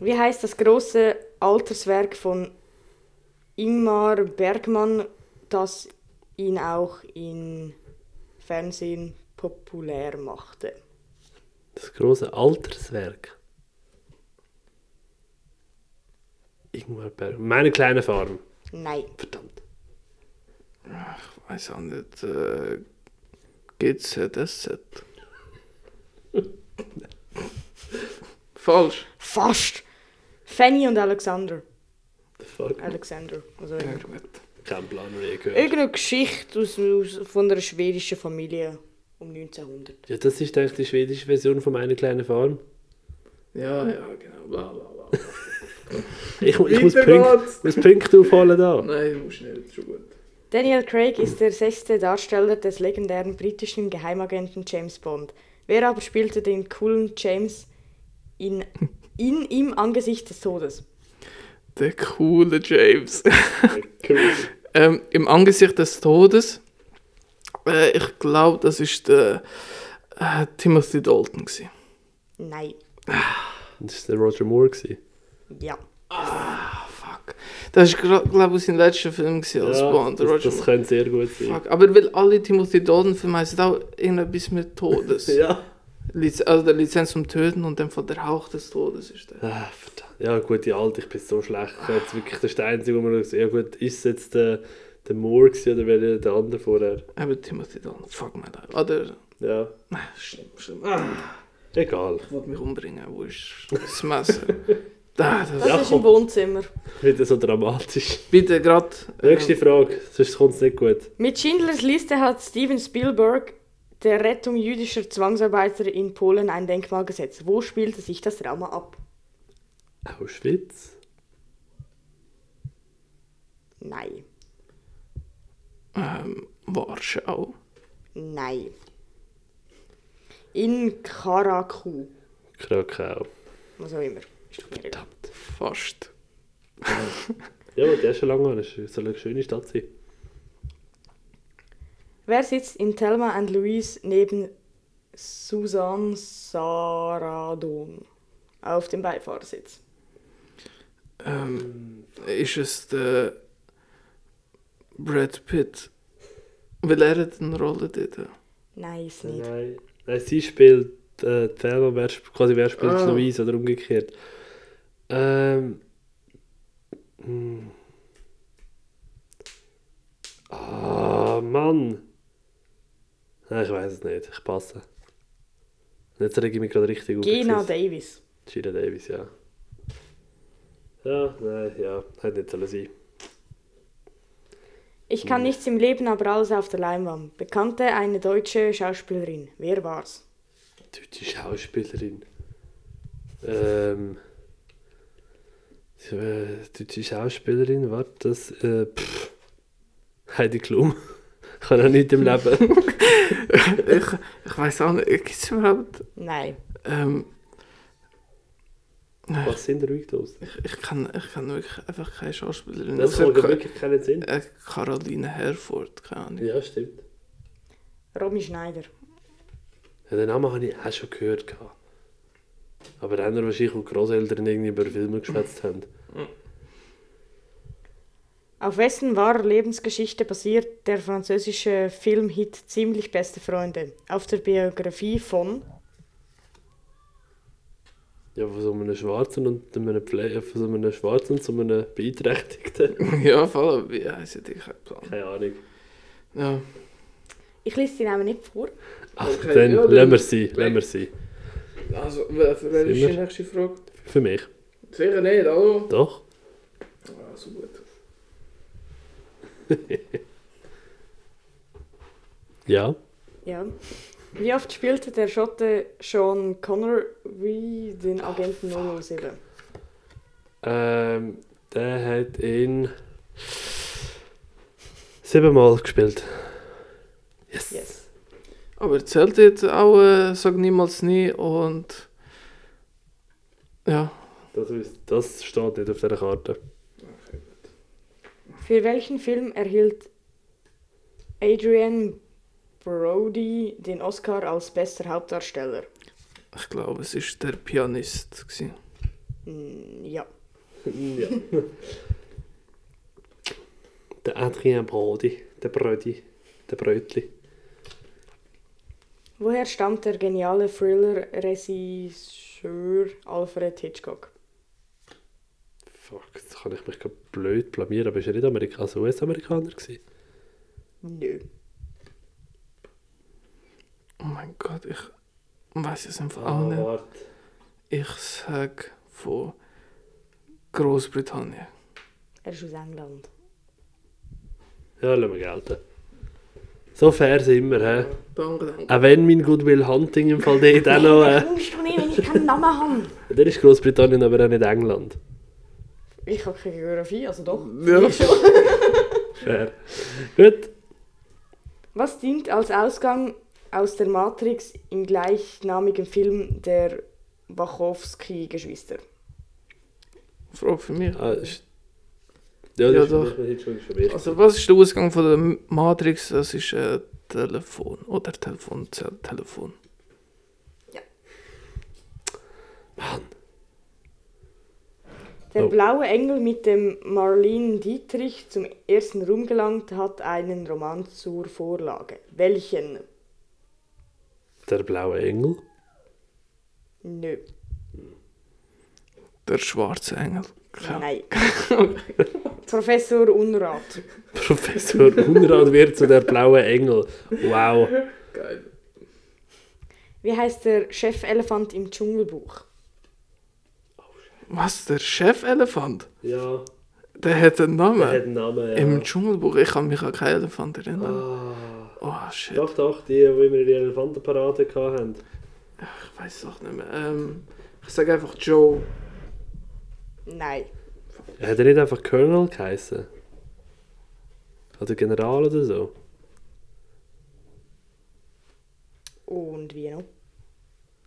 Speaker 3: Wie heißt das große Alterswerk von Ingmar Bergmann, das ihn auch im Fernsehen populär machte?
Speaker 1: Das große Alterswerk. Irgendwann bei meine kleine Farm.
Speaker 3: Nein.
Speaker 1: Verdammt.
Speaker 2: Ich weiß auch nicht. Äh, GZSZ. Falsch.
Speaker 3: Fast! Fanny und Alexander.
Speaker 1: The fuck?
Speaker 3: Alexander. Also
Speaker 2: Ja, gut.
Speaker 1: Kein Plan, noch nie gehört.
Speaker 3: irgendeine Geschichte aus, aus, von einer schwedischen Familie um 1900.
Speaker 1: Ja, das ist eigentlich die schwedische Version von meine kleine Farm.
Speaker 2: Ja, ja, genau. Bla, bla, bla.
Speaker 1: Ich, ich muss,
Speaker 2: Weiter
Speaker 1: Punkte,
Speaker 2: geht's.
Speaker 1: muss Punkte aufholen da.
Speaker 2: Nein, musst nicht. Schon gut.
Speaker 3: Daniel Craig ist der sechste Darsteller des legendären britischen Geheimagenten James Bond. Wer aber spielte den coolen James in, in ihm angesichts des Todes?
Speaker 2: Der coole James.
Speaker 1: Cool.
Speaker 2: ähm, Im Angesicht des Todes, äh, ich glaube, das ist der äh, Timothy Dalton. Gewesen.
Speaker 3: Nein.
Speaker 1: Das war der Roger Moore. Gewesen.
Speaker 3: Ja.
Speaker 2: Ah, Fuck. Das war, glaube ich, sein letzter Film gewesen als Bond.
Speaker 1: das,
Speaker 2: Roger
Speaker 1: das könnte sehr gut sein.
Speaker 2: Fuck. Aber weil alle Timothy Dalton-Filme heißen auch irgendetwas mit Todes.
Speaker 1: Ja.
Speaker 2: Liz also der Lizenz zum Töten und dann von der Hauch des Todes ist der.
Speaker 1: Ah, verdammt. Ja, gut, die Alte, ich bin so schlecht. Ich habe Jetzt wirklich das ist der Einzige, wo man sagt, ja gut, ist es jetzt der, der Moore gewesen oder wer der andere vorher?
Speaker 2: Aber Timothy Dalton, fuck my life. Oder,
Speaker 1: Ja,
Speaker 2: ah, schlimm, schlimm. Ah,
Speaker 1: egal.
Speaker 2: ich wollte mich umbringen, wo ist das Messer? da, das
Speaker 3: Das
Speaker 1: Ja,
Speaker 3: ist im
Speaker 1: komm.
Speaker 3: Wohnzimmer.
Speaker 1: Wieder so dramatisch.
Speaker 2: Bitte ähm, gerade.
Speaker 1: Nächste Frage, sonst kommt es nicht gut.
Speaker 3: Mit Schindlers Liste hat Steven Spielberg der Rettung jüdischer Zwangsarbeiter in Polen ein Denkmal gesetzt. Wo spielte sich das Drama ab?
Speaker 1: Auschwitz?
Speaker 3: Nein.
Speaker 2: Ähm, Warschau.
Speaker 3: Nein. In Karaku.
Speaker 1: Krakau.
Speaker 3: Was auch immer. Ist doch mir egal.
Speaker 1: Verdammt.
Speaker 2: Fast.
Speaker 1: Ja, aber der ist schon lange an. Es soll eine schöne Stadt sein.
Speaker 3: Wer sitzt in Thelma and Louise neben Susan Sarandon auf dem Beifahrersitz?
Speaker 2: Ähm, ist es der uh, Brad Pitt? Weil er hat eine Rolle dort.
Speaker 3: Nein, ist nicht.
Speaker 1: Nein. Nein, sie spielt äh, Thelma, wer, sp- quasi wer spielt
Speaker 2: Ah.
Speaker 1: Louise oder umgekehrt. Ähm. hm. Ah, Mann! Nein, ich weiß es nicht. Ich passe. Jetzt rege ich mich gerade richtig auf. Jetzt
Speaker 3: Gina
Speaker 1: ist-
Speaker 3: Davis.
Speaker 1: Gina Davis, ja. Ja, nein, ja. Hätte nicht sollen sein.
Speaker 3: Ich kann nichts im Leben, aber alles auf der Leinwand. Bekannte eine deutsche Schauspielerin. Wer war's?
Speaker 1: Deutsche Schauspielerin. Ähm. so, äh, Deutsche Schauspielerin, warte, das. Äh, pff, Heidi Klum. Ich kann auch nicht im Leben.
Speaker 2: ich ich weiß auch nicht, gibt es überhaupt.
Speaker 3: Nein.
Speaker 2: Ähm, nein,
Speaker 1: Was sind ruhig los?
Speaker 2: ich, ich, kann, ich kann wirklich einfach keine Schauspielerin.
Speaker 1: Das
Speaker 2: außer
Speaker 1: macht ja
Speaker 2: Ka-
Speaker 1: wirklich keinen Sinn.
Speaker 2: äh, Caroline Herford, keine Ahnung.
Speaker 1: Ja, stimmt.
Speaker 3: Romy Schneider.
Speaker 1: Ja, den Namen habe ich auch schon gehört. gehabt. Aber dann haben wir wahrscheinlich auch die Großeltern irgendwie über Filme geschwätzt haben.
Speaker 3: Auf wessen wahrer Lebensgeschichte basiert der französische Filmhit Ziemlich beste Freunde? Auf der Biografie von
Speaker 1: Ja, von so einem Schwarzen und einem Pfle äh, von so einem Schwarzen und so einem Beeinträchtigten.
Speaker 2: Ja, voll, wie heisst die? Ich habe Plan.
Speaker 1: Keine Ahnung.
Speaker 2: Ja.
Speaker 3: Ich lese die Namen nicht vor.
Speaker 1: Ach,
Speaker 2: Okay,
Speaker 1: dann
Speaker 2: ja,
Speaker 1: lassen
Speaker 2: dann-
Speaker 1: wir sie, lassen wir sie.
Speaker 2: Also, wer ist
Speaker 1: Sind
Speaker 2: die
Speaker 1: wir?
Speaker 2: nächste Frage?
Speaker 1: Für mich.
Speaker 2: Sicher nicht, hallo?
Speaker 1: Doch.
Speaker 2: Ah, so gut.
Speaker 1: Ja.
Speaker 3: Ja. Wie oft spielte der Schotte Sean Connery den Agenten 007?
Speaker 1: Ähm, der hat in siebenmal gespielt. Yes.
Speaker 3: Yes.
Speaker 2: Aber erzählt jetzt auch äh, «Sag niemals nie» und... Ja,
Speaker 1: Das, wüs- das steht nicht auf dieser Karte.
Speaker 3: Für welchen Film erhielt Adrian Brody den Oscar als bester Hauptdarsteller?
Speaker 2: ich glaube, es ist «Der Pianist». Gewesen.
Speaker 3: Hm, ja.
Speaker 1: ja. der Adrien Brody, der Brödi, der Brötli.
Speaker 3: Woher stammt der geniale Thriller-Regisseur Alfred Hitchcock?
Speaker 1: Fuck, jetzt kann ich mich gerade blöd blamieren, aber ist er nicht Amerika also US-Amerikaner gewesen?
Speaker 3: Nö.
Speaker 2: Oh mein Gott, ich weiß es einfach auch nicht.
Speaker 1: warte.
Speaker 2: Ich sage von Großbritannien.
Speaker 3: Er ist aus England.
Speaker 1: Ja, lassen wir gelten. So fair sind wir, hä?
Speaker 2: Danke, danke.
Speaker 1: Auch wenn mein Goodwill Hunting im Fall dort auch noch... Äh,
Speaker 3: Kommst du nicht, wenn ich keinen Namen habe?
Speaker 1: der ist Großbritannien, aber auch nicht England.
Speaker 3: Ich habe keine Geografie, also doch.
Speaker 2: Ja.
Speaker 1: Fair. Gut.
Speaker 3: Was dient als Ausgang aus der Matrix im gleichnamigen Film der Wachowski-Geschwister?
Speaker 2: Frage für mich.
Speaker 1: Ah, ist... Ja, das
Speaker 2: Ja,
Speaker 1: ist
Speaker 2: doch.
Speaker 1: für mich- das ist für mich.
Speaker 2: Also was ist der Ausgang von der Matrix? Das ist äh, Telefon oder Telefon, Ze- Telefon.
Speaker 3: Der
Speaker 1: Oh.
Speaker 3: blaue Engel mit dem Marlene Dietrich zum ersten Ruhm gelangt hat einen Roman zur Vorlage. Welchen?
Speaker 1: Der blaue Engel.
Speaker 3: Nö.
Speaker 2: Der schwarze Engel. Keine
Speaker 3: Nein. Professor Unrat.
Speaker 1: Professor Unrat wird zu der blauen Engel. Wow.
Speaker 3: Wie heißt der Chefelefant im Dschungelbuch?
Speaker 2: Was? Der Chef-Elefant?
Speaker 1: Ja,
Speaker 2: Der hat einen Namen.
Speaker 1: der hat einen Namen. Ja.
Speaker 2: Im Dschungelbuch, ich kann mich an keinen Elefant erinnern.
Speaker 1: ah,
Speaker 2: Oh shit,
Speaker 1: doch, doch, die, die wir in der Elefantenparade hatten.
Speaker 2: ich weiß es auch nicht mehr. Ähm, ich sage einfach Joe.
Speaker 3: Nein.
Speaker 1: Hat er nicht einfach Colonel geheißen? Oder General oder so?
Speaker 3: Und wie noch?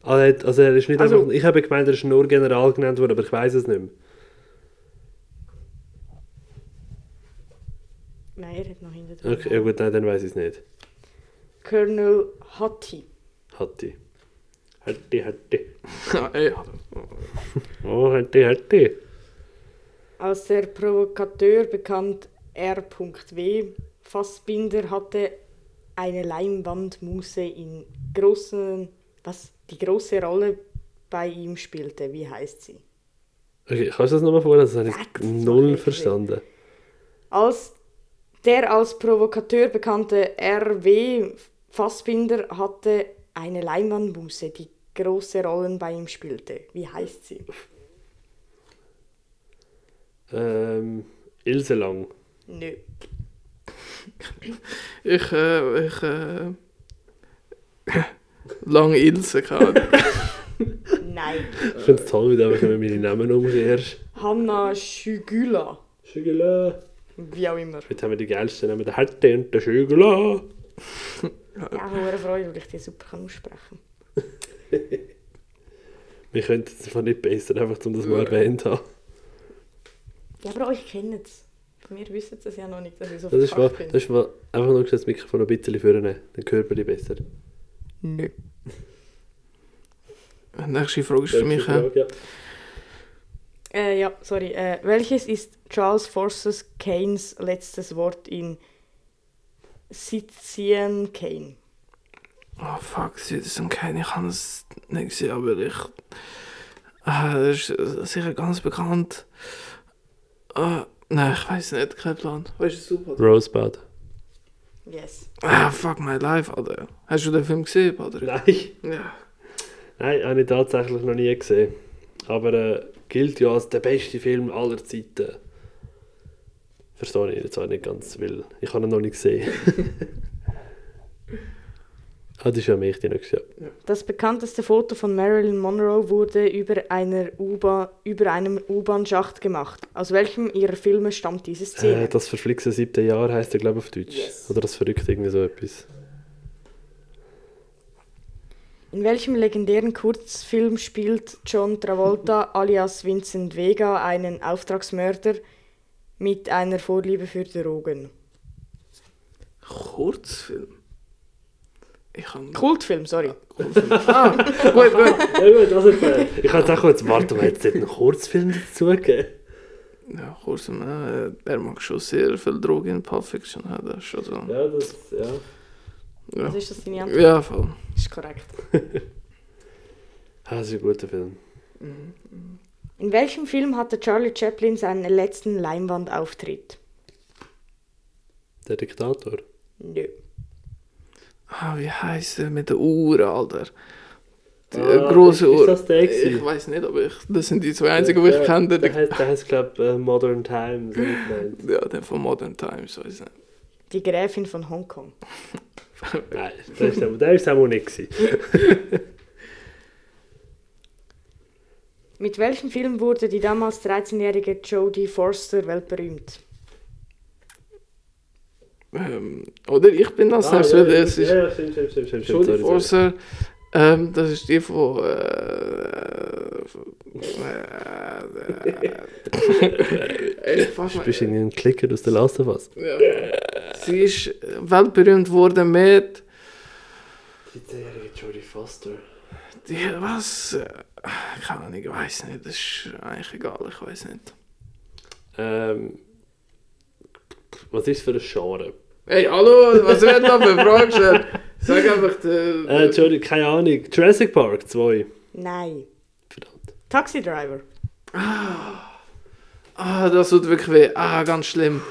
Speaker 1: Ah, er hat- Also er ist nicht
Speaker 2: Also-
Speaker 1: einfach... Ich habe gemeint, er ist nur General genannt worden, aber ich weiß es nicht mehr.
Speaker 3: Nein, er hat noch hinten dran.
Speaker 1: Okay, ja gut, nein, dann weiß ich es nicht.
Speaker 3: Colonel Hattie.
Speaker 1: Hatti. Hatti, Hatti.
Speaker 2: Ja, ey,
Speaker 1: Oh, Hatti, Hatti.
Speaker 3: Als der Provokateur bekannt R.W. Fassbinder hatte eine Leinwandmuse in großen, was die große Rolle bei ihm spielte. Wie heißt sie?
Speaker 1: Okay, kannst du das nochmal vorlesen? Das habe ich
Speaker 3: Fuck,
Speaker 1: null
Speaker 3: das macht nicht Sinn.
Speaker 1: verstanden.
Speaker 3: Als der als Provokateur bekannte R.W. Fassbinder hatte eine Leinwandmuse, die große Rollen bei ihm spielte. Wie heißt sie?
Speaker 1: Ähm, Ilse Lang.
Speaker 3: Nö.
Speaker 2: Ich, äh, ich, äh. Lange Ilse gehabt.
Speaker 3: Nein.
Speaker 1: Ich finde es toll, wie du einfach immer meine Namen umkehrst.
Speaker 3: Hanna Schügula.
Speaker 1: Schügela.
Speaker 3: Wie auch immer.
Speaker 1: Heute haben wir die geilsten Namen. Der Hatti und der Schügela.
Speaker 3: Ja, hohe Freude, weil ich die super kann aussprechen
Speaker 1: Wir könnten es einfach nicht besser, einfach um das mal erwähnt zu haben.
Speaker 3: Ja, aber euch kennt es. Wir wissen es ja noch nicht, dass ich so
Speaker 1: Das ist wahr.
Speaker 3: verkackt
Speaker 1: Das
Speaker 3: bin.
Speaker 1: ist wahr. Einfach nur das Mikrofon ein bisschen vorne. Dann hört man dich besser.
Speaker 3: Nö.
Speaker 2: Die nächste Frage ist für mich, äh,
Speaker 1: ja.
Speaker 3: Äh, ja, sorry. Äh, welches ist Charles Forces Keynes letztes Wort in Citizen Kane?
Speaker 2: Oh fuck, Citizen Kane, ich kann es nicht gesehen, aber ich. Äh, das ist sicher ganz bekannt. Äh, nein, ich weiß nicht, kein Plan. Weißt du, super.
Speaker 1: Rosebud.
Speaker 3: Yes.
Speaker 2: Ah, fuck my life, Alter. Hast du den Film gesehen, Patrick?
Speaker 1: Nein.
Speaker 2: Ja.
Speaker 1: Nein, habe ich tatsächlich noch nie gesehen. Aber äh, gilt ja als der beste Film aller Zeiten. Verstehe ich jetzt auch nicht ganz, weil ich habe ihn noch nicht gesehen. ah, das ist ja mich, die nächste. Ja.
Speaker 3: Das bekannteste Foto von Marilyn Monroe wurde über, einer U-Bahn- über einem U-Bahn-Schacht gemacht. Aus welchem ihrer Filme stammt diese Szene?
Speaker 1: Äh, das verflixte siebte Jahr heisst er, glaube ich, auf Deutsch.
Speaker 3: Yes.
Speaker 1: Oder das verrückte, irgendwie so etwas.
Speaker 3: In welchem legendären Kurzfilm spielt John Travolta alias Vincent Vega einen Auftragsmörder mit einer Vorliebe für Drogen?
Speaker 2: Kurzfilm? Ich kann...
Speaker 3: Kultfilm, sorry.
Speaker 2: Gut, gut.
Speaker 1: Ja, gut, was ist das? Ich habe auch jetzt warten, wir jetzt einen Kurzfilm dazugeben.
Speaker 2: Ja, Kurzfilm, äh, er mag schon sehr viel Drogen in Pulp Fiction haben, das ist schon so.
Speaker 1: Ja, das, ja.
Speaker 2: Ja,
Speaker 3: Was ist das deine Antwort?
Speaker 2: ja voll.
Speaker 3: Ist korrekt.
Speaker 1: Ah, Das ist ein guter Film.
Speaker 3: In welchem Film hatte Charlie Chaplin seinen letzten Leinwandauftritt?
Speaker 1: Der Diktator.
Speaker 3: Nö.
Speaker 2: Ah, wie heisst er mit der Uhr, Alter? Die äh,
Speaker 1: Ah,
Speaker 2: große
Speaker 1: Ist
Speaker 2: Uhr.
Speaker 1: das der gewesen?
Speaker 2: ich weiß nicht, aber ich, das sind die zwei einzigen, die ich kenne.
Speaker 1: Der,
Speaker 2: Der-
Speaker 1: der heißt, der heißt glaube ich, Modern Times. hab ich gemeint.
Speaker 2: Ja, der von Modern Times, weiß nicht.
Speaker 3: Die Gräfin von Hongkong.
Speaker 1: Nein, der ist aber, der ist auch nicht gewesen.
Speaker 3: Mit welchem Film wurde die damals 13-jährige Jodie Forster weltberühmt?
Speaker 2: Ähm, oder ich bin das selbst, weil es ist
Speaker 1: Ah, Ja, stimmt, stimmt, stimmt. stimmt,
Speaker 2: Jodie
Speaker 1: sorry, sorry.
Speaker 2: Forster. Ähm, das ist die von. Äh, eh, äh, ich fass mal-
Speaker 1: Bist du irgendwie ein Klicker aus der Last of Us?
Speaker 2: ja. Sie ist weltberühmt worden mit.
Speaker 1: 17-jährige Jodie Foster.
Speaker 2: Die, was? Äh, Keine Ahnung, ich weiß nicht. Das ist eigentlich egal, ich weiß nicht.
Speaker 1: Ähm, was ist für ein Genre?
Speaker 2: Hey, hallo, was wird da für Fragen gestellt? Sag einfach.
Speaker 1: Äh,
Speaker 2: Äh,
Speaker 1: Entschuldigung, keine Ahnung. Jurassic Park 2.
Speaker 3: Nein.
Speaker 1: Verdammt.
Speaker 3: Taxi Driver.
Speaker 2: ah, das tut wirklich weh. Ah, ganz schlimm.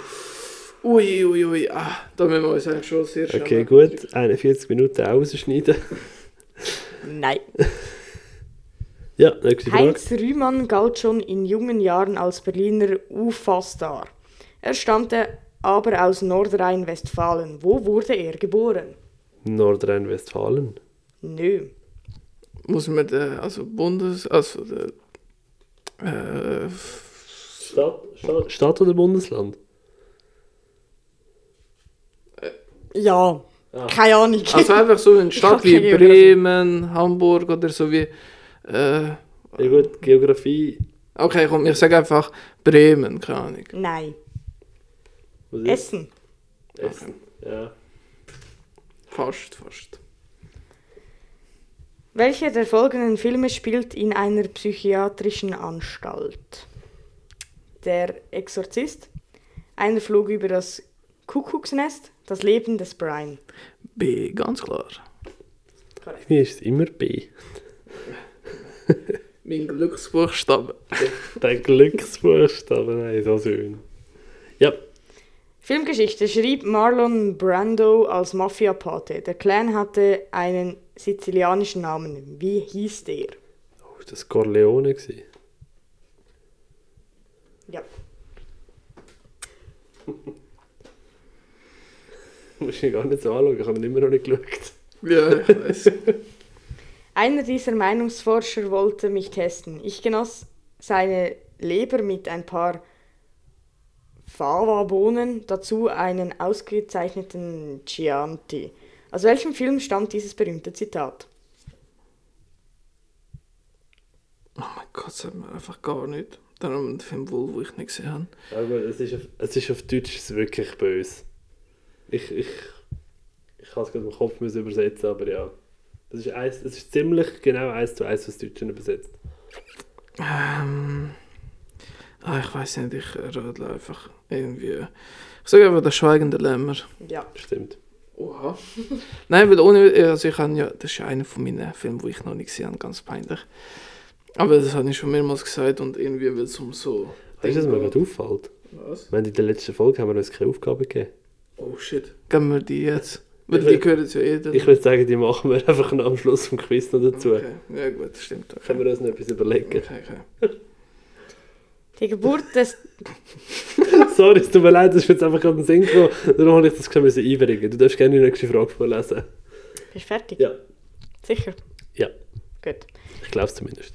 Speaker 2: Ui, ui, ui. Ah, da müssen wir uns eigentlich schon sehr schämen.
Speaker 1: Okay, gut. 41 Minuten rausschneiden.
Speaker 3: Nein.
Speaker 1: Ja, nächste Frage.
Speaker 3: Heinz Rühmann galt schon in jungen Jahren als Berliner UFA-Star. Er stammte aber aus Nordrhein-Westfalen. Wo wurde er geboren?
Speaker 1: Nordrhein-Westfalen.
Speaker 3: Nö.
Speaker 2: Muss man den, also Bundes. Also den, äh, f-
Speaker 1: Stadt, Stadt, Stadt oder Bundesland?
Speaker 3: Ja.
Speaker 1: Ah.
Speaker 3: Keine Ahnung.
Speaker 2: also einfach so in Stadt
Speaker 3: hab
Speaker 2: wie
Speaker 3: keine Geografie.
Speaker 2: Bremen, Hamburg oder so wie. Äh,
Speaker 1: Ja gut, Geografie.
Speaker 2: okay, komm, ich sage einfach Bremen, keine Ahnung.
Speaker 3: Nein.
Speaker 1: Was ist?
Speaker 3: Essen.
Speaker 1: Essen. Ja.
Speaker 2: Fast, fast.
Speaker 3: Welcher der folgenden Filme spielt in einer psychiatrischen Anstalt? Der Exorzist, Ein Flug über das Kuckucksnest, Das Leben des Brian.
Speaker 2: B, ganz klar.
Speaker 1: Mir ist es immer B.
Speaker 2: Mein Glücksbuchstabe.
Speaker 1: Der Glücksbuchstaben, nein, so schön. Ja,
Speaker 3: Filmgeschichte schrieb Marlon Brando als Mafia-Pate. Der Clan hatte einen sizilianischen Namen. Wie hieß der?
Speaker 1: oh, ist das Corleone gewesen?
Speaker 3: Ja.
Speaker 1: Muss ich gar nicht so anschauen, ich habe ihn immer noch nicht geschaut.
Speaker 2: Ja, ich weiß.
Speaker 3: Einer dieser Meinungsforscher wollte mich testen. Ich genoss seine Leber mit ein paar Fava-Bohnen, dazu einen ausgezeichneten Chianti. Aus welchem Film stammt dieses berühmte Zitat?
Speaker 2: Oh mein Gott, sagt mir einfach gar nicht. Darum den Film wohl, wo ich nicht gesehen habe.
Speaker 1: Aber gut, es ist auf, es ist auf Deutsch ist es wirklich böse. Ich, ich, ich kann es gerade im Kopf müssen übersetzen, aber ja. Das ist, eins, das ist ziemlich genau eins zu eins, was das Deutsche übersetzt.
Speaker 2: Ähm, ah, ich weiß nicht, ich rödle einfach irgendwie. Ich sage einfach, der schweigende Lämmer.
Speaker 3: Ja.
Speaker 1: Stimmt.
Speaker 2: Oha. Nein, weil ohne, also ich habe ja, das ist ja einer von meinen Filmen, wo ich noch nicht gesehen habe, ganz peinlich. Aber das habe ich schon mehrmals gesagt und irgendwie will es um so...
Speaker 1: Weißt du, was mir gerade auffällt?
Speaker 2: Was?
Speaker 1: Wenn in der letzten Folge haben wir uns keine Aufgabe gegeben.
Speaker 2: Oh shit. Geben wir die jetzt? Weil
Speaker 1: Ich-
Speaker 2: die gehören eh zu jedem.
Speaker 1: Ich würde sagen, die machen wir einfach noch am Schluss vom Quiz noch dazu.
Speaker 2: Okay, ja gut, stimmt.
Speaker 1: Können
Speaker 2: Okay.
Speaker 1: wir uns noch etwas überlegen?
Speaker 2: Okay, okay.
Speaker 3: Die Geburt des
Speaker 1: Sorry, es tut mir leid, das ist jetzt einfach gerade ein Synchro. Darum habe ich das gerade müssen einbringen. Du darfst gerne die nächste Frage vorlesen.
Speaker 3: Bist du fertig?
Speaker 1: Ja.
Speaker 3: Sicher?
Speaker 1: Ja.
Speaker 3: Gut.
Speaker 1: Ich glaube es zumindest.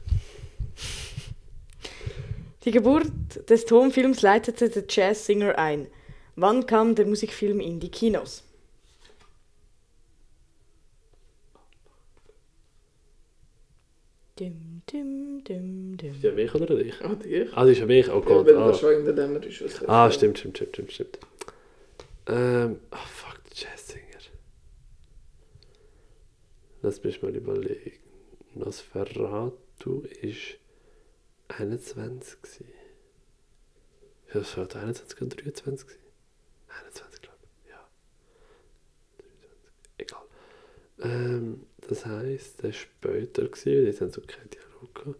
Speaker 3: Die Geburt des Tonfilms leitete der Jazzsinger ein. Wann kam der Musikfilm in die Kinos?
Speaker 1: an mich oder an dich?
Speaker 2: Ah, dich?
Speaker 1: Ah, die ist an mich. Oh
Speaker 2: Ja,
Speaker 1: Gott.
Speaker 2: weil
Speaker 1: ah.
Speaker 2: der schweigende Dämmer ist. was er-
Speaker 1: Ah, stimmt, stimmt, stimmt, stimmt, stimmt. Ähm, ah, fuck, Jazz Singer. Lass mich mal überlegen. Nosferatu ist 21 gewesen. Ja, das war 21 und 23 gewesen. 21, glaube ich. Ja. 23. Egal. Ähm, das heisst, der war später gewesen, weil jetzt haben sie so keinen Dialog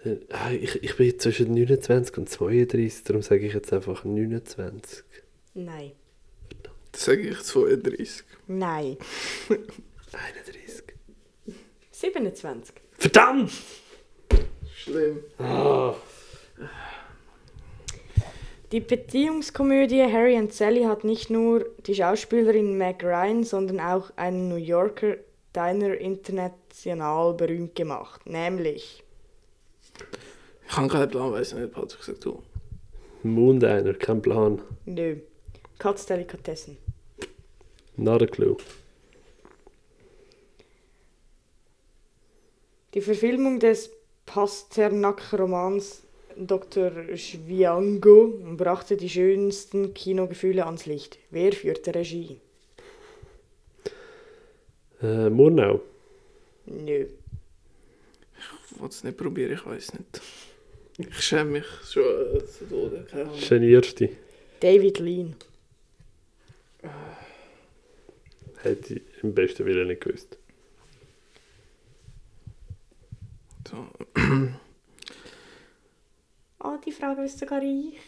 Speaker 1: gehabt. Ah, Ich, ich bin zwischen 29 und 32, darum sage ich jetzt einfach 29.
Speaker 3: Nein.
Speaker 2: Das sage ich 32.
Speaker 3: Nein.
Speaker 1: 31.
Speaker 3: 27.
Speaker 1: Verdammt!
Speaker 2: Schlimm.
Speaker 1: Ah,
Speaker 3: Die Beziehungskomödie Harry and Sally hat nicht nur die Schauspielerin Meg Ryan, sondern auch einen New Yorker Diner international berühmt gemacht. Nämlich.
Speaker 2: Ich habe keinen Plan, weiß nicht, Patrick, sag du.
Speaker 1: Moondiner, kein Plan.
Speaker 3: Nö. Katz Delikatessen.
Speaker 1: Not a clue.
Speaker 3: Die Verfilmung des Pasternak-Romans Dr. Schwiango brachte die schönsten Kinogefühle ans Licht. Wer führte Regie?
Speaker 1: Äh, Murnau.
Speaker 3: Nö.
Speaker 2: Ich will es nicht probieren, ich weiß nicht. Ich schäme mich schon äh, zu Tode. Keine Ahnung.
Speaker 1: Genierst dich.
Speaker 3: David Lean.
Speaker 1: Hätte ich im besten Willen nicht gewusst.
Speaker 2: So.
Speaker 3: Ah, die Frage ist sogar ich.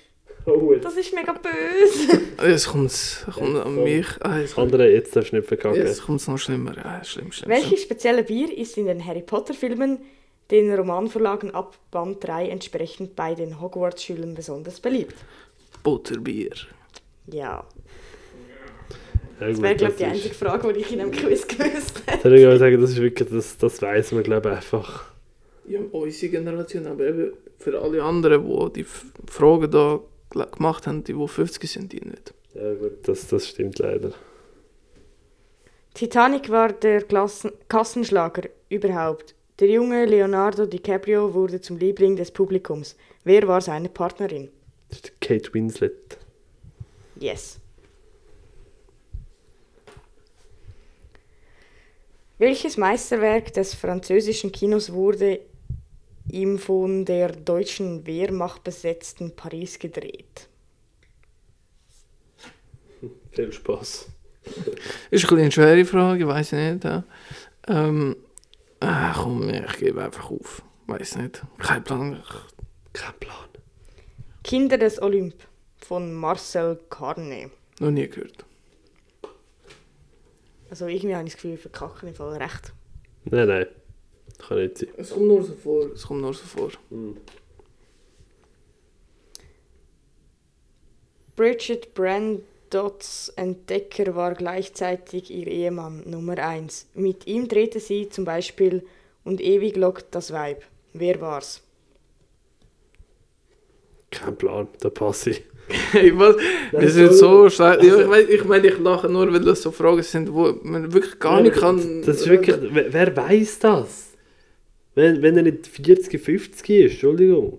Speaker 1: Oh, jetzt.
Speaker 3: Das ist mega böse.
Speaker 2: Ah, Jetzt kommt es kommt an
Speaker 1: Sorry.
Speaker 2: mich. Ah, jetzt
Speaker 1: Andere, jetzt darfst du nicht verkacken.
Speaker 2: jetzt kommt's noch schlimmer. Ah, schlimm, schlimm.
Speaker 3: Welches spezielle Bier ist in den Harry Potter-Filmen, den Romanverlagen ab Band 3 entsprechend bei den Hogwarts-Schülern besonders beliebt?
Speaker 2: schlimm. Butterbier.
Speaker 3: Ja,
Speaker 1: Ja, gut,
Speaker 3: das wäre,
Speaker 1: das
Speaker 3: glaube ich, die
Speaker 1: ist-
Speaker 3: einzige Frage, die ich in einem Quiz gewusst hätte.
Speaker 1: Soll ich aber sagen, das ist wirklich, das, das weiß man, glaube ich, einfach.
Speaker 2: Ja, unsere Generation, aber eben für alle anderen, die die F- Fragen da gel- gemacht haben, die, die 50 sind, die nicht.
Speaker 1: Ja, gut, das, das stimmt leider.
Speaker 3: Titanic war der Klassen Kassenschlager überhaupt. Der junge Leonardo DiCaprio wurde zum Liebling des Publikums. Wer war seine Partnerin?
Speaker 1: Das ist die Kate Winslet.
Speaker 3: Yes. Welches Meisterwerk des französischen Kinos wurde im von der deutschen Wehrmacht besetzten Paris gedreht?
Speaker 1: Viel Spaß.
Speaker 2: Ist ein bisschen eine schwere Frage, ich weiß nicht. Ja. Ähm, ah, komm, ich gebe einfach auf. Weiß nicht. Kein Plan. Ich-
Speaker 1: Kein Plan.
Speaker 3: Kinder des Olymp von Marcel Carné.
Speaker 2: Noch nie gehört.
Speaker 3: Also irgendwie habe ich das Gefühl, ich verkacke im Fall recht.
Speaker 1: Nein, nein. Kann nicht sein.
Speaker 2: Es kommt nur so vor. Es kommt nur so vor.
Speaker 3: Bridget Brandotts Entdecker war gleichzeitig ihr Ehemann Nummer 1. Mit ihm drehte sie zum Beispiel Und ewig lockt das Weib. Wer war's?
Speaker 1: Kein Plan, da passe ich.
Speaker 2: Hey, was? Wir
Speaker 1: ist
Speaker 2: sind
Speaker 1: so-
Speaker 2: so schlecht. Ja, ich meine, ich, mein, ich lache nur, weil das so Fragen sind, wo man wirklich gar nicht kann.
Speaker 1: Das ist wirklich. Wer, wer weiß das? Wenn, wenn er nicht 40, 50 ist, Entschuldigung.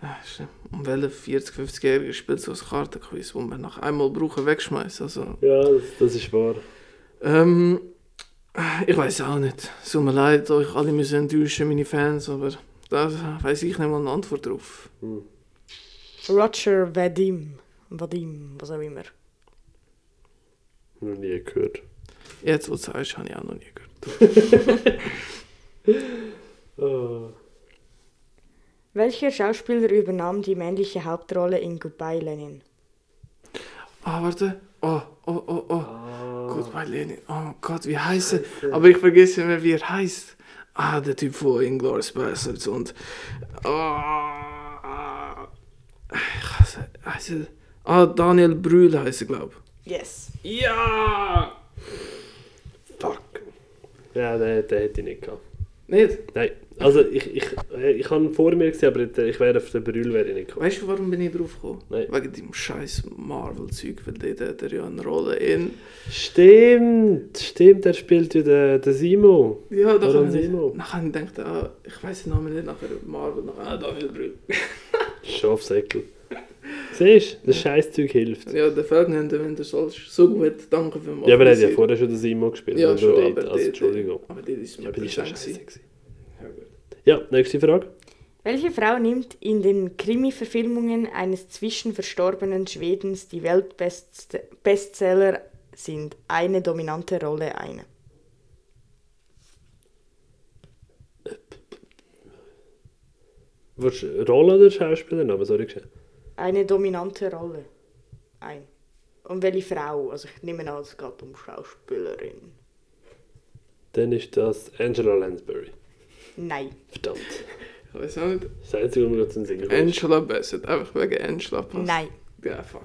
Speaker 2: Ah, stimmt. Und welche 40, 50-Jährige spielt so ein Kartenquiz, wo man nach einmal brauchen wegschmeißt? Also,
Speaker 1: Ja, das, das ist wahr.
Speaker 2: ähm, ich weiß auch nicht. Es tut mir leid, euch alle müssen enttäuschen, meine Fans, aber da weiß ich nicht mal eine Antwort drauf.
Speaker 3: Roger Vadim. Vadim, was auch immer.
Speaker 1: Noch nie gehört.
Speaker 2: Jetzt, wo du sagst, habe ich auch noch nie gehört. Ah.
Speaker 3: Welcher Schauspieler übernahm die männliche Hauptrolle in Goodbye Lenin?
Speaker 2: Ah, warte. Oh, oh, oh, oh.
Speaker 1: Ah.
Speaker 2: Goodbye, Lenin. Oh Gott, wie heißt er? Aber ich vergesse immer, wie er heißt. Ah, der Typ von Inglourious Bastards und. Oh, ah, ich hasse. Heißt er, ah, Daniel Brühl heißt er, glaube
Speaker 3: Yes.
Speaker 2: ich. Ja!
Speaker 1: Fuck. Ja, den, den hätte ich nicht gehabt.
Speaker 2: Nicht?
Speaker 1: Nein, Also ich, ich, äh, ich habe ihn vor mir gesehen, aber der- ich wäre auf den Brühl wäre ich nicht gekommen.
Speaker 2: Weißt du, warum bin ich drauf gekommen?
Speaker 1: Nein.
Speaker 2: Wegen dem scheiß Marvel-Zeug, weil der, der, der ja eine Rolle in.
Speaker 1: Stimmt, stimmt, er spielt ja den, den Simo.
Speaker 2: Ja, da
Speaker 1: Warum
Speaker 2: kann ich,
Speaker 1: Simo?
Speaker 2: nachher denkt ich, ah, ich weiß den Namen nicht, nachher Marvel, nachher ah, Daniel Brühl.
Speaker 1: Schafsäckel. Siehst du, das Scheißzeug hilft.
Speaker 2: Ja, der Ferdinand Winter soll so gut, danke für
Speaker 1: Ja, aber er hat ja vorher schon den Simo gespielt.
Speaker 2: Ja,
Speaker 1: nur
Speaker 2: schon,
Speaker 1: dort.
Speaker 2: aber
Speaker 1: also,
Speaker 2: dort-
Speaker 1: Entschuldigung.
Speaker 2: Aber das ist
Speaker 1: Ja,
Speaker 2: mir
Speaker 1: aber die ist ja scheiße.
Speaker 2: präsent.
Speaker 1: gewesen. Ja, nächste Frage.
Speaker 3: Welche Frau nimmt in den Krimi-Verfilmungen eines zwischenverstorbenen Schwedens, die Weltbestseller sind, eine dominante Rolle ein?
Speaker 1: Willst du Rolle oder Schauspielernamen? Sorry, geschehen.
Speaker 3: Eine dominante Rolle ein. Und welche Frau? Also ich nehme an, es geht um Schauspielerin.
Speaker 1: Dann ist das Angela Lansbury.
Speaker 3: Nein.
Speaker 1: Verdammt.
Speaker 2: Ich weiß auch nicht.
Speaker 1: Das Einzige, was mir gerade in den Sinn gekommen ist.
Speaker 2: Angela Bassett, einfach wegen Angela passt.
Speaker 3: Nein.
Speaker 2: Ja, fuck.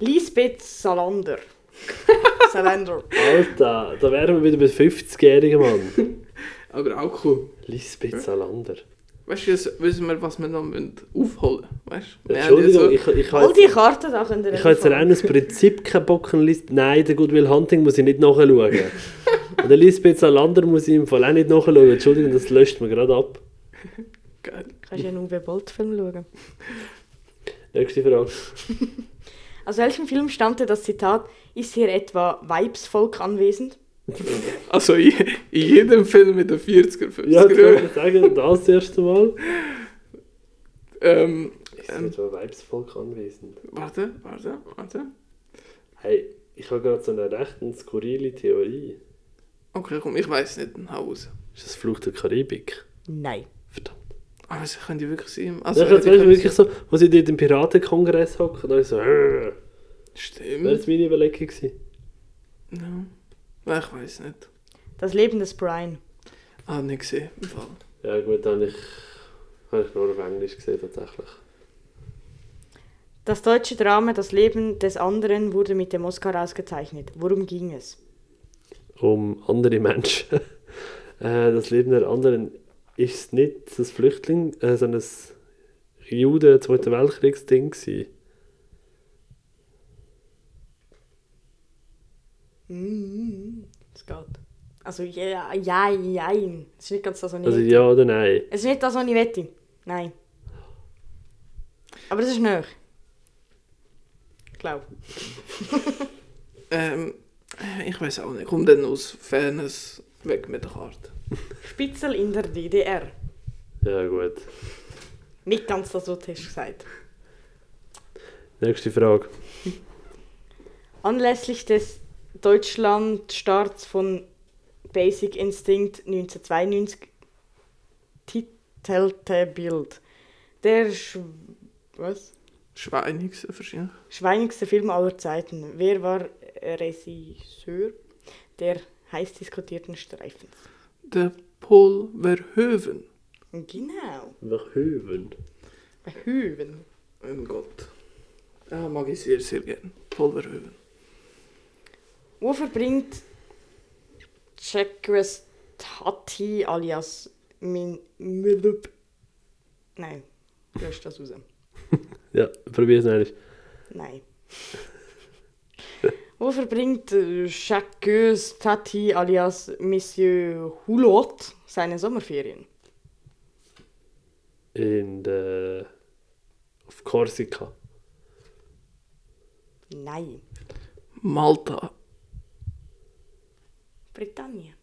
Speaker 3: Lisbeth Salander. Salander.
Speaker 1: Alter, da wären wir wieder bei 50-jährigen Mann.
Speaker 2: Aber auch cool.
Speaker 1: Lisbeth Salander.
Speaker 2: Weißt du, jetzt wissen wir, was wir noch müssen aufholen müssen. Weißt du? Wir haben ja
Speaker 1: Entschuldigung,
Speaker 2: so-
Speaker 1: ich, ich
Speaker 3: All
Speaker 1: habe
Speaker 3: die
Speaker 1: jetzt,
Speaker 3: Karten da könnt ihr
Speaker 1: ich habe jetzt rein aus Prinzip keinen Bock an Lisbeth. Nein, der Goodwill Hunting muss ich nicht nachschauen. Und der Lisbeth Salander muss ich im Fall auch nicht nachschauen. Entschuldigung, das löscht mir gerade ab.
Speaker 2: Geil.
Speaker 3: Kannst du einen Uwe Bolt-Film schauen.
Speaker 1: Nächste Frage.
Speaker 3: Aus welchem Film stammte das Zitat, ist hier etwa Weibsvolk anwesend?
Speaker 2: Also je, in jedem Film mit den 40er, 50er.
Speaker 1: Ja, ich würde sagen, das, das erste Mal.
Speaker 2: ähm,
Speaker 1: Ist etwa Weibsvolk anwesend?
Speaker 2: warte, warte, warte.
Speaker 1: Hey, ich habe gerade so eine recht skurrile Theorie.
Speaker 2: Okay, komm, ich weiß nicht, dann hau raus.
Speaker 1: Ist das Fluch der Karibik?
Speaker 3: Nein.
Speaker 1: Verdammt.
Speaker 2: Aber es könnte wirklich sein.
Speaker 1: Also,
Speaker 2: Also,
Speaker 1: ich jetzt
Speaker 2: die
Speaker 1: weißt,
Speaker 2: können-
Speaker 1: wirklich so, wo sie dort im Piratenkongress hocken, da ist so, "Hör." das
Speaker 2: Stimmt.
Speaker 1: war meine Überlegung. gewesen.
Speaker 2: Ja. Nein, ich weiß nicht.
Speaker 3: Das Leben des Brian.
Speaker 2: Ah, nicht gesehen. Im Fall.
Speaker 1: Ja, gut, dann habe ich, habe ich nur auf Englisch gesehen, tatsächlich.
Speaker 3: Das deutsche Drama Das Leben des anderen wurde mit dem Oscar ausgezeichnet. Worum ging es?
Speaker 1: Um andere Menschen. äh, das Leben der anderen ist nicht das Flüchtling, äh, sondern das Juden Zweiten Weltkriegsding gewesen.
Speaker 3: Es geht. Also, ja, ja, jein. Es ist nicht ganz das, was ich
Speaker 1: Also
Speaker 3: wette.
Speaker 1: ja oder nein?
Speaker 3: Es ist nicht das, was ich wette. Nein. Aber das ist näher. Ich glaube.
Speaker 2: Ähm, ich weiß auch nicht. Komm dann aus Fairness weg mit der Karte.
Speaker 3: Spitzel in der DDR.
Speaker 1: Ja, gut.
Speaker 3: Nicht ganz das, was du hast gesagt
Speaker 1: Nächste Frage.
Speaker 3: Anlässlich des Deutschlandstarts von Basic Instinct 1992 titelte Bild. Der Sch was?
Speaker 2: Schweine gewesen, wahrscheinlich.
Speaker 3: schweinigste Film aller Zeiten. Wer war äh, Regisseur der heiß diskutierten Streifens?
Speaker 2: Der Paul Verhoeven.
Speaker 3: Genau.
Speaker 1: Verhoeven.
Speaker 3: Hüven.
Speaker 2: Mein Gott. Ja, mag ich sehr, sehr gern. Paul Verhoeven.
Speaker 3: Wo verbringt Chakras Tati alias Min Müllup? Nein, lösch das raus.
Speaker 1: Ja, probier es noch einmal.
Speaker 3: Nein. Wo verbringt äh, Chacus Tati alias Monsieur Hulot seine Sommerferien?
Speaker 1: In der... Auf Korsika.
Speaker 3: Nein.
Speaker 2: Malta.
Speaker 3: Britannien.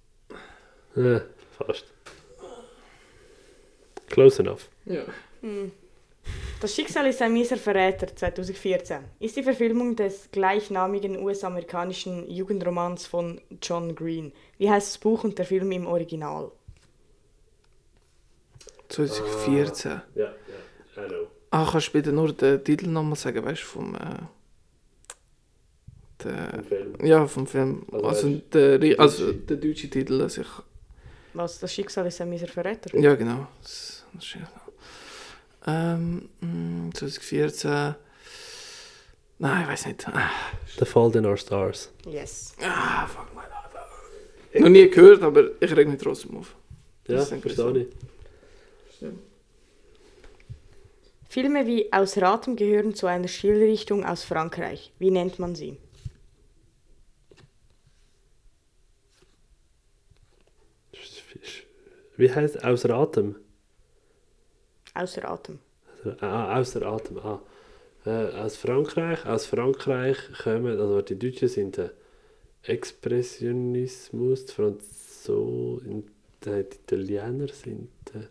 Speaker 1: Äh, fast. Close enough.
Speaker 2: Ja.
Speaker 3: Hm. Das Schicksal ist ein mieser Verräter 2014 ist die Verfilmung des gleichnamigen US-amerikanischen Jugendromans von John Green. Wie heißt das Buch und der Film im Original?
Speaker 2: 2014. Ah,
Speaker 1: Ja, ja, I know.
Speaker 2: kannst du bitte nur den Titel nochmal sagen, weißt du, vom. Äh, der,
Speaker 1: Film.
Speaker 2: ja, vom Film.
Speaker 1: Also
Speaker 2: Also,
Speaker 1: weißt
Speaker 2: der, ri- also der deutsche Titel, dass ich.
Speaker 3: Was? Das Schicksal ist ein mieser Verräter?
Speaker 2: Ja, genau. Das, das ist ja genau. Ähm, mm, 2014. Nein, ich weiß nicht. Ah,
Speaker 1: The Fault in Our Stars.
Speaker 3: Yes.
Speaker 2: Ah, fuck my life. Noch nie gehört, aber ich reg mich trotzdem auf.
Speaker 1: Ja,
Speaker 2: Das ist ein
Speaker 1: verstehe ich.
Speaker 3: Filme wie Aus Ratem gehören zu einer Stilrichtung aus Frankreich. Wie nennt man sie?
Speaker 1: Wie heißt Außer Atem?
Speaker 3: Außer Atem.
Speaker 1: Ah, außer Atem. Ah. Äh, aus Frankreich. Aus Frankreich kommen, also die Deutschen sind der Expressionismus, die Franzosen, die Italiener sind äh, der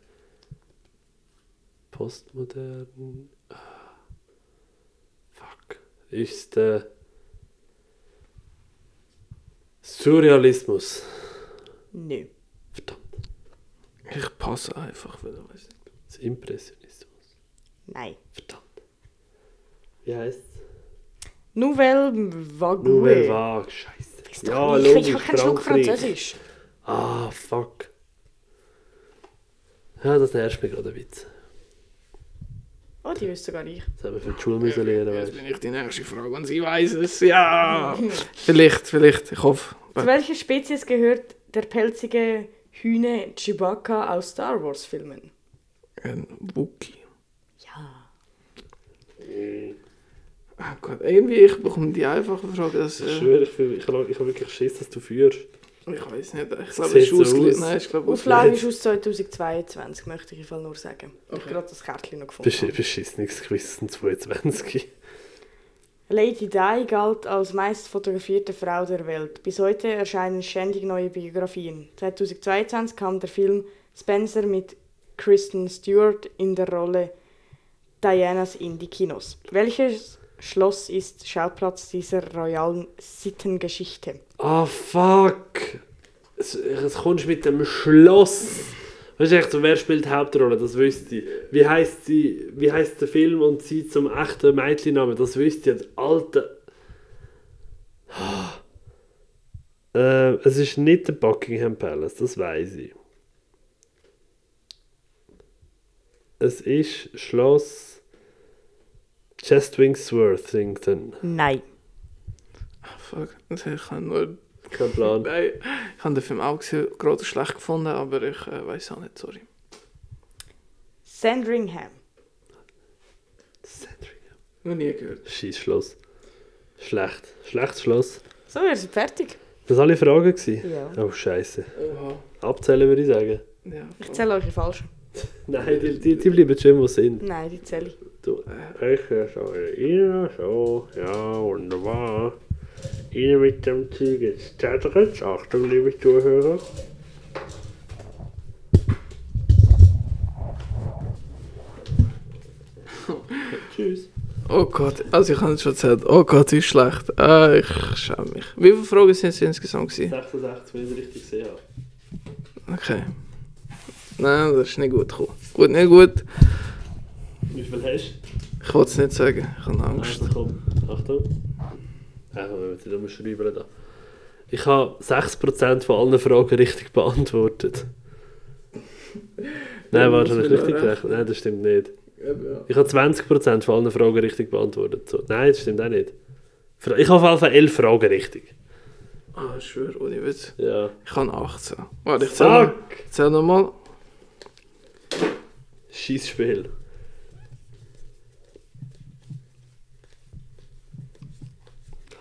Speaker 1: Postmodern. Ah. Fuck. Ist äh, der Surrealismus.
Speaker 3: Nö.
Speaker 1: Verdammt.
Speaker 2: Ich passe einfach, weil ich weiß nicht.
Speaker 1: Das Impressionismus.
Speaker 3: Nein.
Speaker 1: Verdammt. Wie heißt es?
Speaker 3: Nouvelle
Speaker 1: Nouvelle
Speaker 3: Vague.
Speaker 1: Vague, scheiße.
Speaker 3: Weiss doch nicht, ich habe keinen Schluck
Speaker 1: Frankreich.
Speaker 3: Französisch.
Speaker 1: Ah, fuck. Ja, das nervt mich gerade ein bisschen.
Speaker 3: Oh, die wüsste sogar ich.
Speaker 1: Das haben wir für die Schule müssen lernen,
Speaker 2: Jetzt
Speaker 1: weißt du.
Speaker 2: bin ich die nächste Frage und sie weiß es. Ja! vielleicht, vielleicht. Ich hoffe.
Speaker 3: Zu welcher Spezies gehört der pelzige Hühne Chewbacca aus Star Wars Filmen?
Speaker 2: Ein Wookie.
Speaker 3: Ja.
Speaker 2: Oh Gott, irgendwie, ich bekomme die einfache Frage. Dass,
Speaker 1: Ich
Speaker 2: äh,
Speaker 1: schwöre, ich, fühl- ich, lag- ich habe wirklich Schiss, dass du führst.
Speaker 2: ich weiß nicht. Ich glaube,
Speaker 1: Sieht
Speaker 2: es ist
Speaker 1: so aus.
Speaker 2: ausgelöst. Nein, ich glaube, oh, aus
Speaker 3: Auflage
Speaker 1: Nein.
Speaker 3: ist aus 2022, möchte ich im Fall nur sagen. Ich habe
Speaker 2: Okay.
Speaker 3: gerade das Kärtchen noch gefunden.
Speaker 1: Besch Beschissenes Quiz in 22.
Speaker 3: Lady Di galt als meist fotografierte Frau der Welt. Bis heute erscheinen ständig neue Biografien. 2022 kam der Film Spencer mit Kristen Stewart in der Rolle Dianas in die Kinos. Welches Schloss ist Schauplatz dieser royalen Sittengeschichte?
Speaker 1: Ah, fuck. Es, es kommst mit dem Schloss. Weißt du echt, so, wer spielt die Hauptrolle? Das wüsste ich. Wie heißt sie? Wie heißt der Film und sie zum echten Mädchennamen? Das wüsste ich. Der alte. Ah. Äh, es ist nicht der Buckingham Palace, das weiß ich. Es ist Schloss Chestwingsworthington.
Speaker 3: Nein.
Speaker 2: Fuck, das ich kann nur.
Speaker 1: Kein Plan.
Speaker 2: Nein, ich habe den Film auch gesehen, gerade schlecht gefunden, aber ich äh, weiß auch nicht, sorry.
Speaker 3: Sandringham.
Speaker 2: Noch nie gehört.
Speaker 1: Scheiß Schloss. Schlecht. Schlechtes Schloss.
Speaker 3: So, wir sind fertig.
Speaker 1: Das waren alle Fragen. Gewesen?
Speaker 3: Ja.
Speaker 1: Oh, Scheiße.
Speaker 2: Oha.
Speaker 1: Abzählen würde ich sagen.
Speaker 2: Ja,
Speaker 3: Ich
Speaker 2: voll.
Speaker 3: zähle euch die falschen.
Speaker 1: Nein, die, die, die bleiben schön, wo sie sind.
Speaker 3: Nein, die zähle ich.
Speaker 1: Du,
Speaker 2: Eh,
Speaker 1: ich äh, so, ja, so, ja, wunderbar. Ihr mit dem Zeug jetzt tätert. Achtung, liebe Zuhörer. Tschüss.
Speaker 2: Oh Gott, also ich habe es schon gesagt. Oh Gott, ist schlecht. Ah, ich schäme mich. Wie viele Fragen sind es insgesamt? Gewesen?
Speaker 1: 66, wenn ich es richtig gesehen habe.
Speaker 2: Okay. Nein, das ist nicht gut gekommen. Gut, nicht gut.
Speaker 1: Wie viel hast du?
Speaker 2: Ich wollte es nicht sagen. Ich habe Angst.
Speaker 1: Also komm, Achtung. Ja, wir müssen nur schreiben da. Ich habe 6% von allen Fragen richtig beantwortet. Nein, warte, habe ich richtig gerechnet? Nein, das stimmt nicht. Ich habe 20% von allen Fragen richtig beantwortet. So. Nein, das stimmt auch nicht. Fra- Ich habe auf jeden Fall 11 Fragen richtig.
Speaker 2: Ah, ich schwöre, ohne Witz.
Speaker 1: Ja.
Speaker 2: Ich habe 18. Warte, ich zähle
Speaker 1: Fuck!
Speaker 2: zähl nochmal.
Speaker 1: Scheiß Spiel.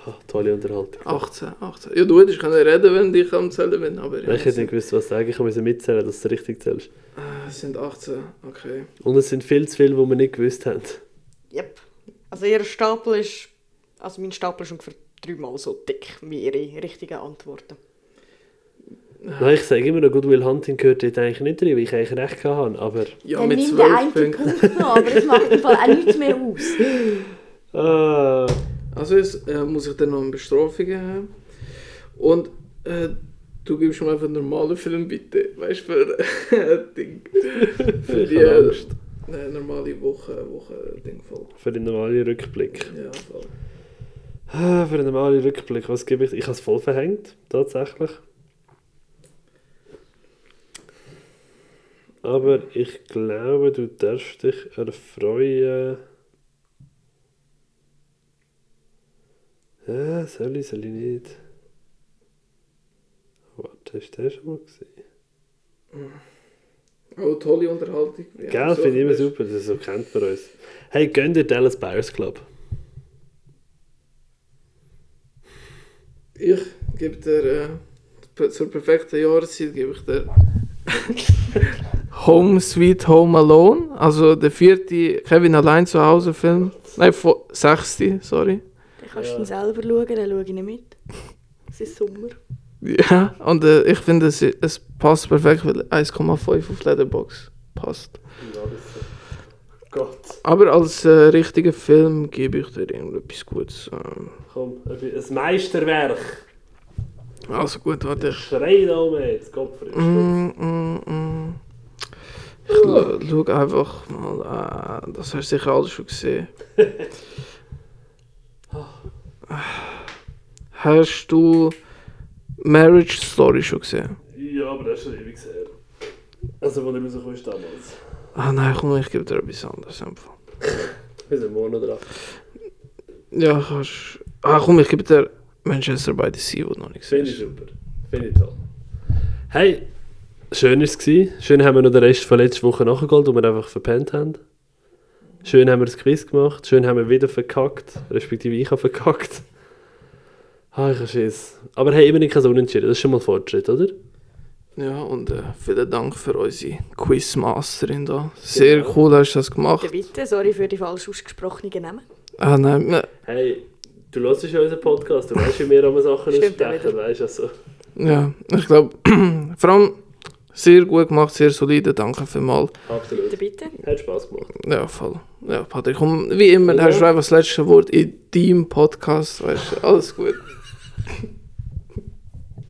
Speaker 1: Ah, tolle Unterhaltung.
Speaker 2: 18, 18. Ja, du hättest können reden wenn ich am Zählen bin, aber...
Speaker 1: Ich hätte nicht gewusst, was sagen. Ich musste mitzählen, dass du richtig zählst.
Speaker 2: Ah, Es sind 18, okay.
Speaker 1: Und es sind viel zu viele, die wir nicht gewusst haben.
Speaker 3: Yep. Also ihr Stapel ist, also mein Stapel ist ungefähr dreimal so dick wie ihre richtigen Antworten.
Speaker 1: Nein, ich sage immer noch, Goodwill Hunting gehört dort eigentlich nicht rein, weil ich eigentlich recht hatte. Aber
Speaker 2: Ja,
Speaker 4: Dann
Speaker 2: mit
Speaker 4: nimm den
Speaker 2: 12
Speaker 4: einen
Speaker 2: Punkten.
Speaker 4: Punkt noch, aber es macht im Fall auch nichts mehr aus.
Speaker 1: äh,
Speaker 2: Also jetzt, äh, muss ich dann noch eine Bestrafung haben. Und äh, du gibst mir einfach einen normalen Film, bitte. Weißt du, für äh, Ding. Für
Speaker 1: ich
Speaker 2: die
Speaker 1: habe
Speaker 2: äh,
Speaker 1: Angst
Speaker 2: äh, normale Woche, Woche Ding voll.
Speaker 1: für den normalen Rückblick.
Speaker 2: Ja, voll.
Speaker 1: Ah, für den normalen Rückblick, was gebe ich? Ich habe es voll verhängt, tatsächlich. Aber ich glaube, du darfst dich erfreuen. Ja, soll ich, soll ich nicht. Warte, ist der schon mal gesehen?
Speaker 2: Oh, tolle Unterhaltung. Ja,
Speaker 1: Gell,
Speaker 2: so
Speaker 1: finde ich immer
Speaker 2: best-
Speaker 1: super, das so kennt man uns. Hey, gönn dir Dallas Buyers Club.
Speaker 2: Ich gebe dir äh, zur perfekten Jahreszeit gebe ich dir Home Sweet Home Alone, also der vierte Kevin allein zu Hause Film. Nein, vo- sechste, sorry.
Speaker 3: Dann kannst du ihn selber schauen, dann schaue ich nicht mit. Es ist Sommer.
Speaker 2: Ja, und äh, ich finde, es, es passt perfekt, weil 1,5 auf Letterbox passt.
Speaker 1: Gott,
Speaker 2: Aber als äh, richtiger Film gebe ich dir irgendetwas Gutes. Ähm,
Speaker 1: komm, ein Meisterwerk.
Speaker 2: also gut, warte. Ich,
Speaker 1: Schrei da oben jetzt, Gottfried.
Speaker 2: mm, mm, mm. ich oh. schaue einfach mal. Äh, das hast du sicher alles schon gesehen. Hast du Marriage Story schon gesehen?
Speaker 1: Ja, aber das ist schon ewig her. Also, wo du rausgekommen ist damals.
Speaker 2: Ah nein, komm, ich gebe dir etwas anderes. Einfach.
Speaker 1: Wir sind morgen noch dran.
Speaker 2: Ja, kannst. Ah, komm, ich gebe dir Manchester by the Sea, wo du noch nicht
Speaker 1: Finde ich
Speaker 2: siehst.
Speaker 1: super. Finde ich toll. Hey, schön war es. gewesen. Schön haben wir noch den Rest von letzter Woche nachgeholt, den wir einfach verpennt haben. Schön haben wir das Quiz gemacht. Schön haben wir wieder verkackt. Respektive ich habe verkackt. Ah, ich habe Schiss. Aber hey, immerhin kein Unentschieden. Das ist schon mal ein Fortschritt, oder?
Speaker 2: Ja, und äh, vielen Dank für unsere Quizmasterin da. Sehr cool hast du das gemacht.
Speaker 3: Dann bitte, sorry für die falsch ausgesprochenen Namen.
Speaker 2: Ah nein, äh,
Speaker 1: Hey, du hörst ja unseren Podcast. Du weißt, wie wir am Sachen
Speaker 3: Stimmt,
Speaker 1: aussprechen.
Speaker 3: wieder.
Speaker 1: Weißt du, also.
Speaker 2: ja, ich glaube, vor allem sehr gut gemacht, sehr solide. Danke vielmals.
Speaker 3: Bitte,
Speaker 1: Absolut.
Speaker 3: bitte.
Speaker 1: Hat Spass gemacht.
Speaker 2: Ja, voll. Ja, Patrick, komm, wie immer,
Speaker 1: Ja.
Speaker 2: hast du einfach das letzte Wort in deinem Podcast. Weißt du, alles gut.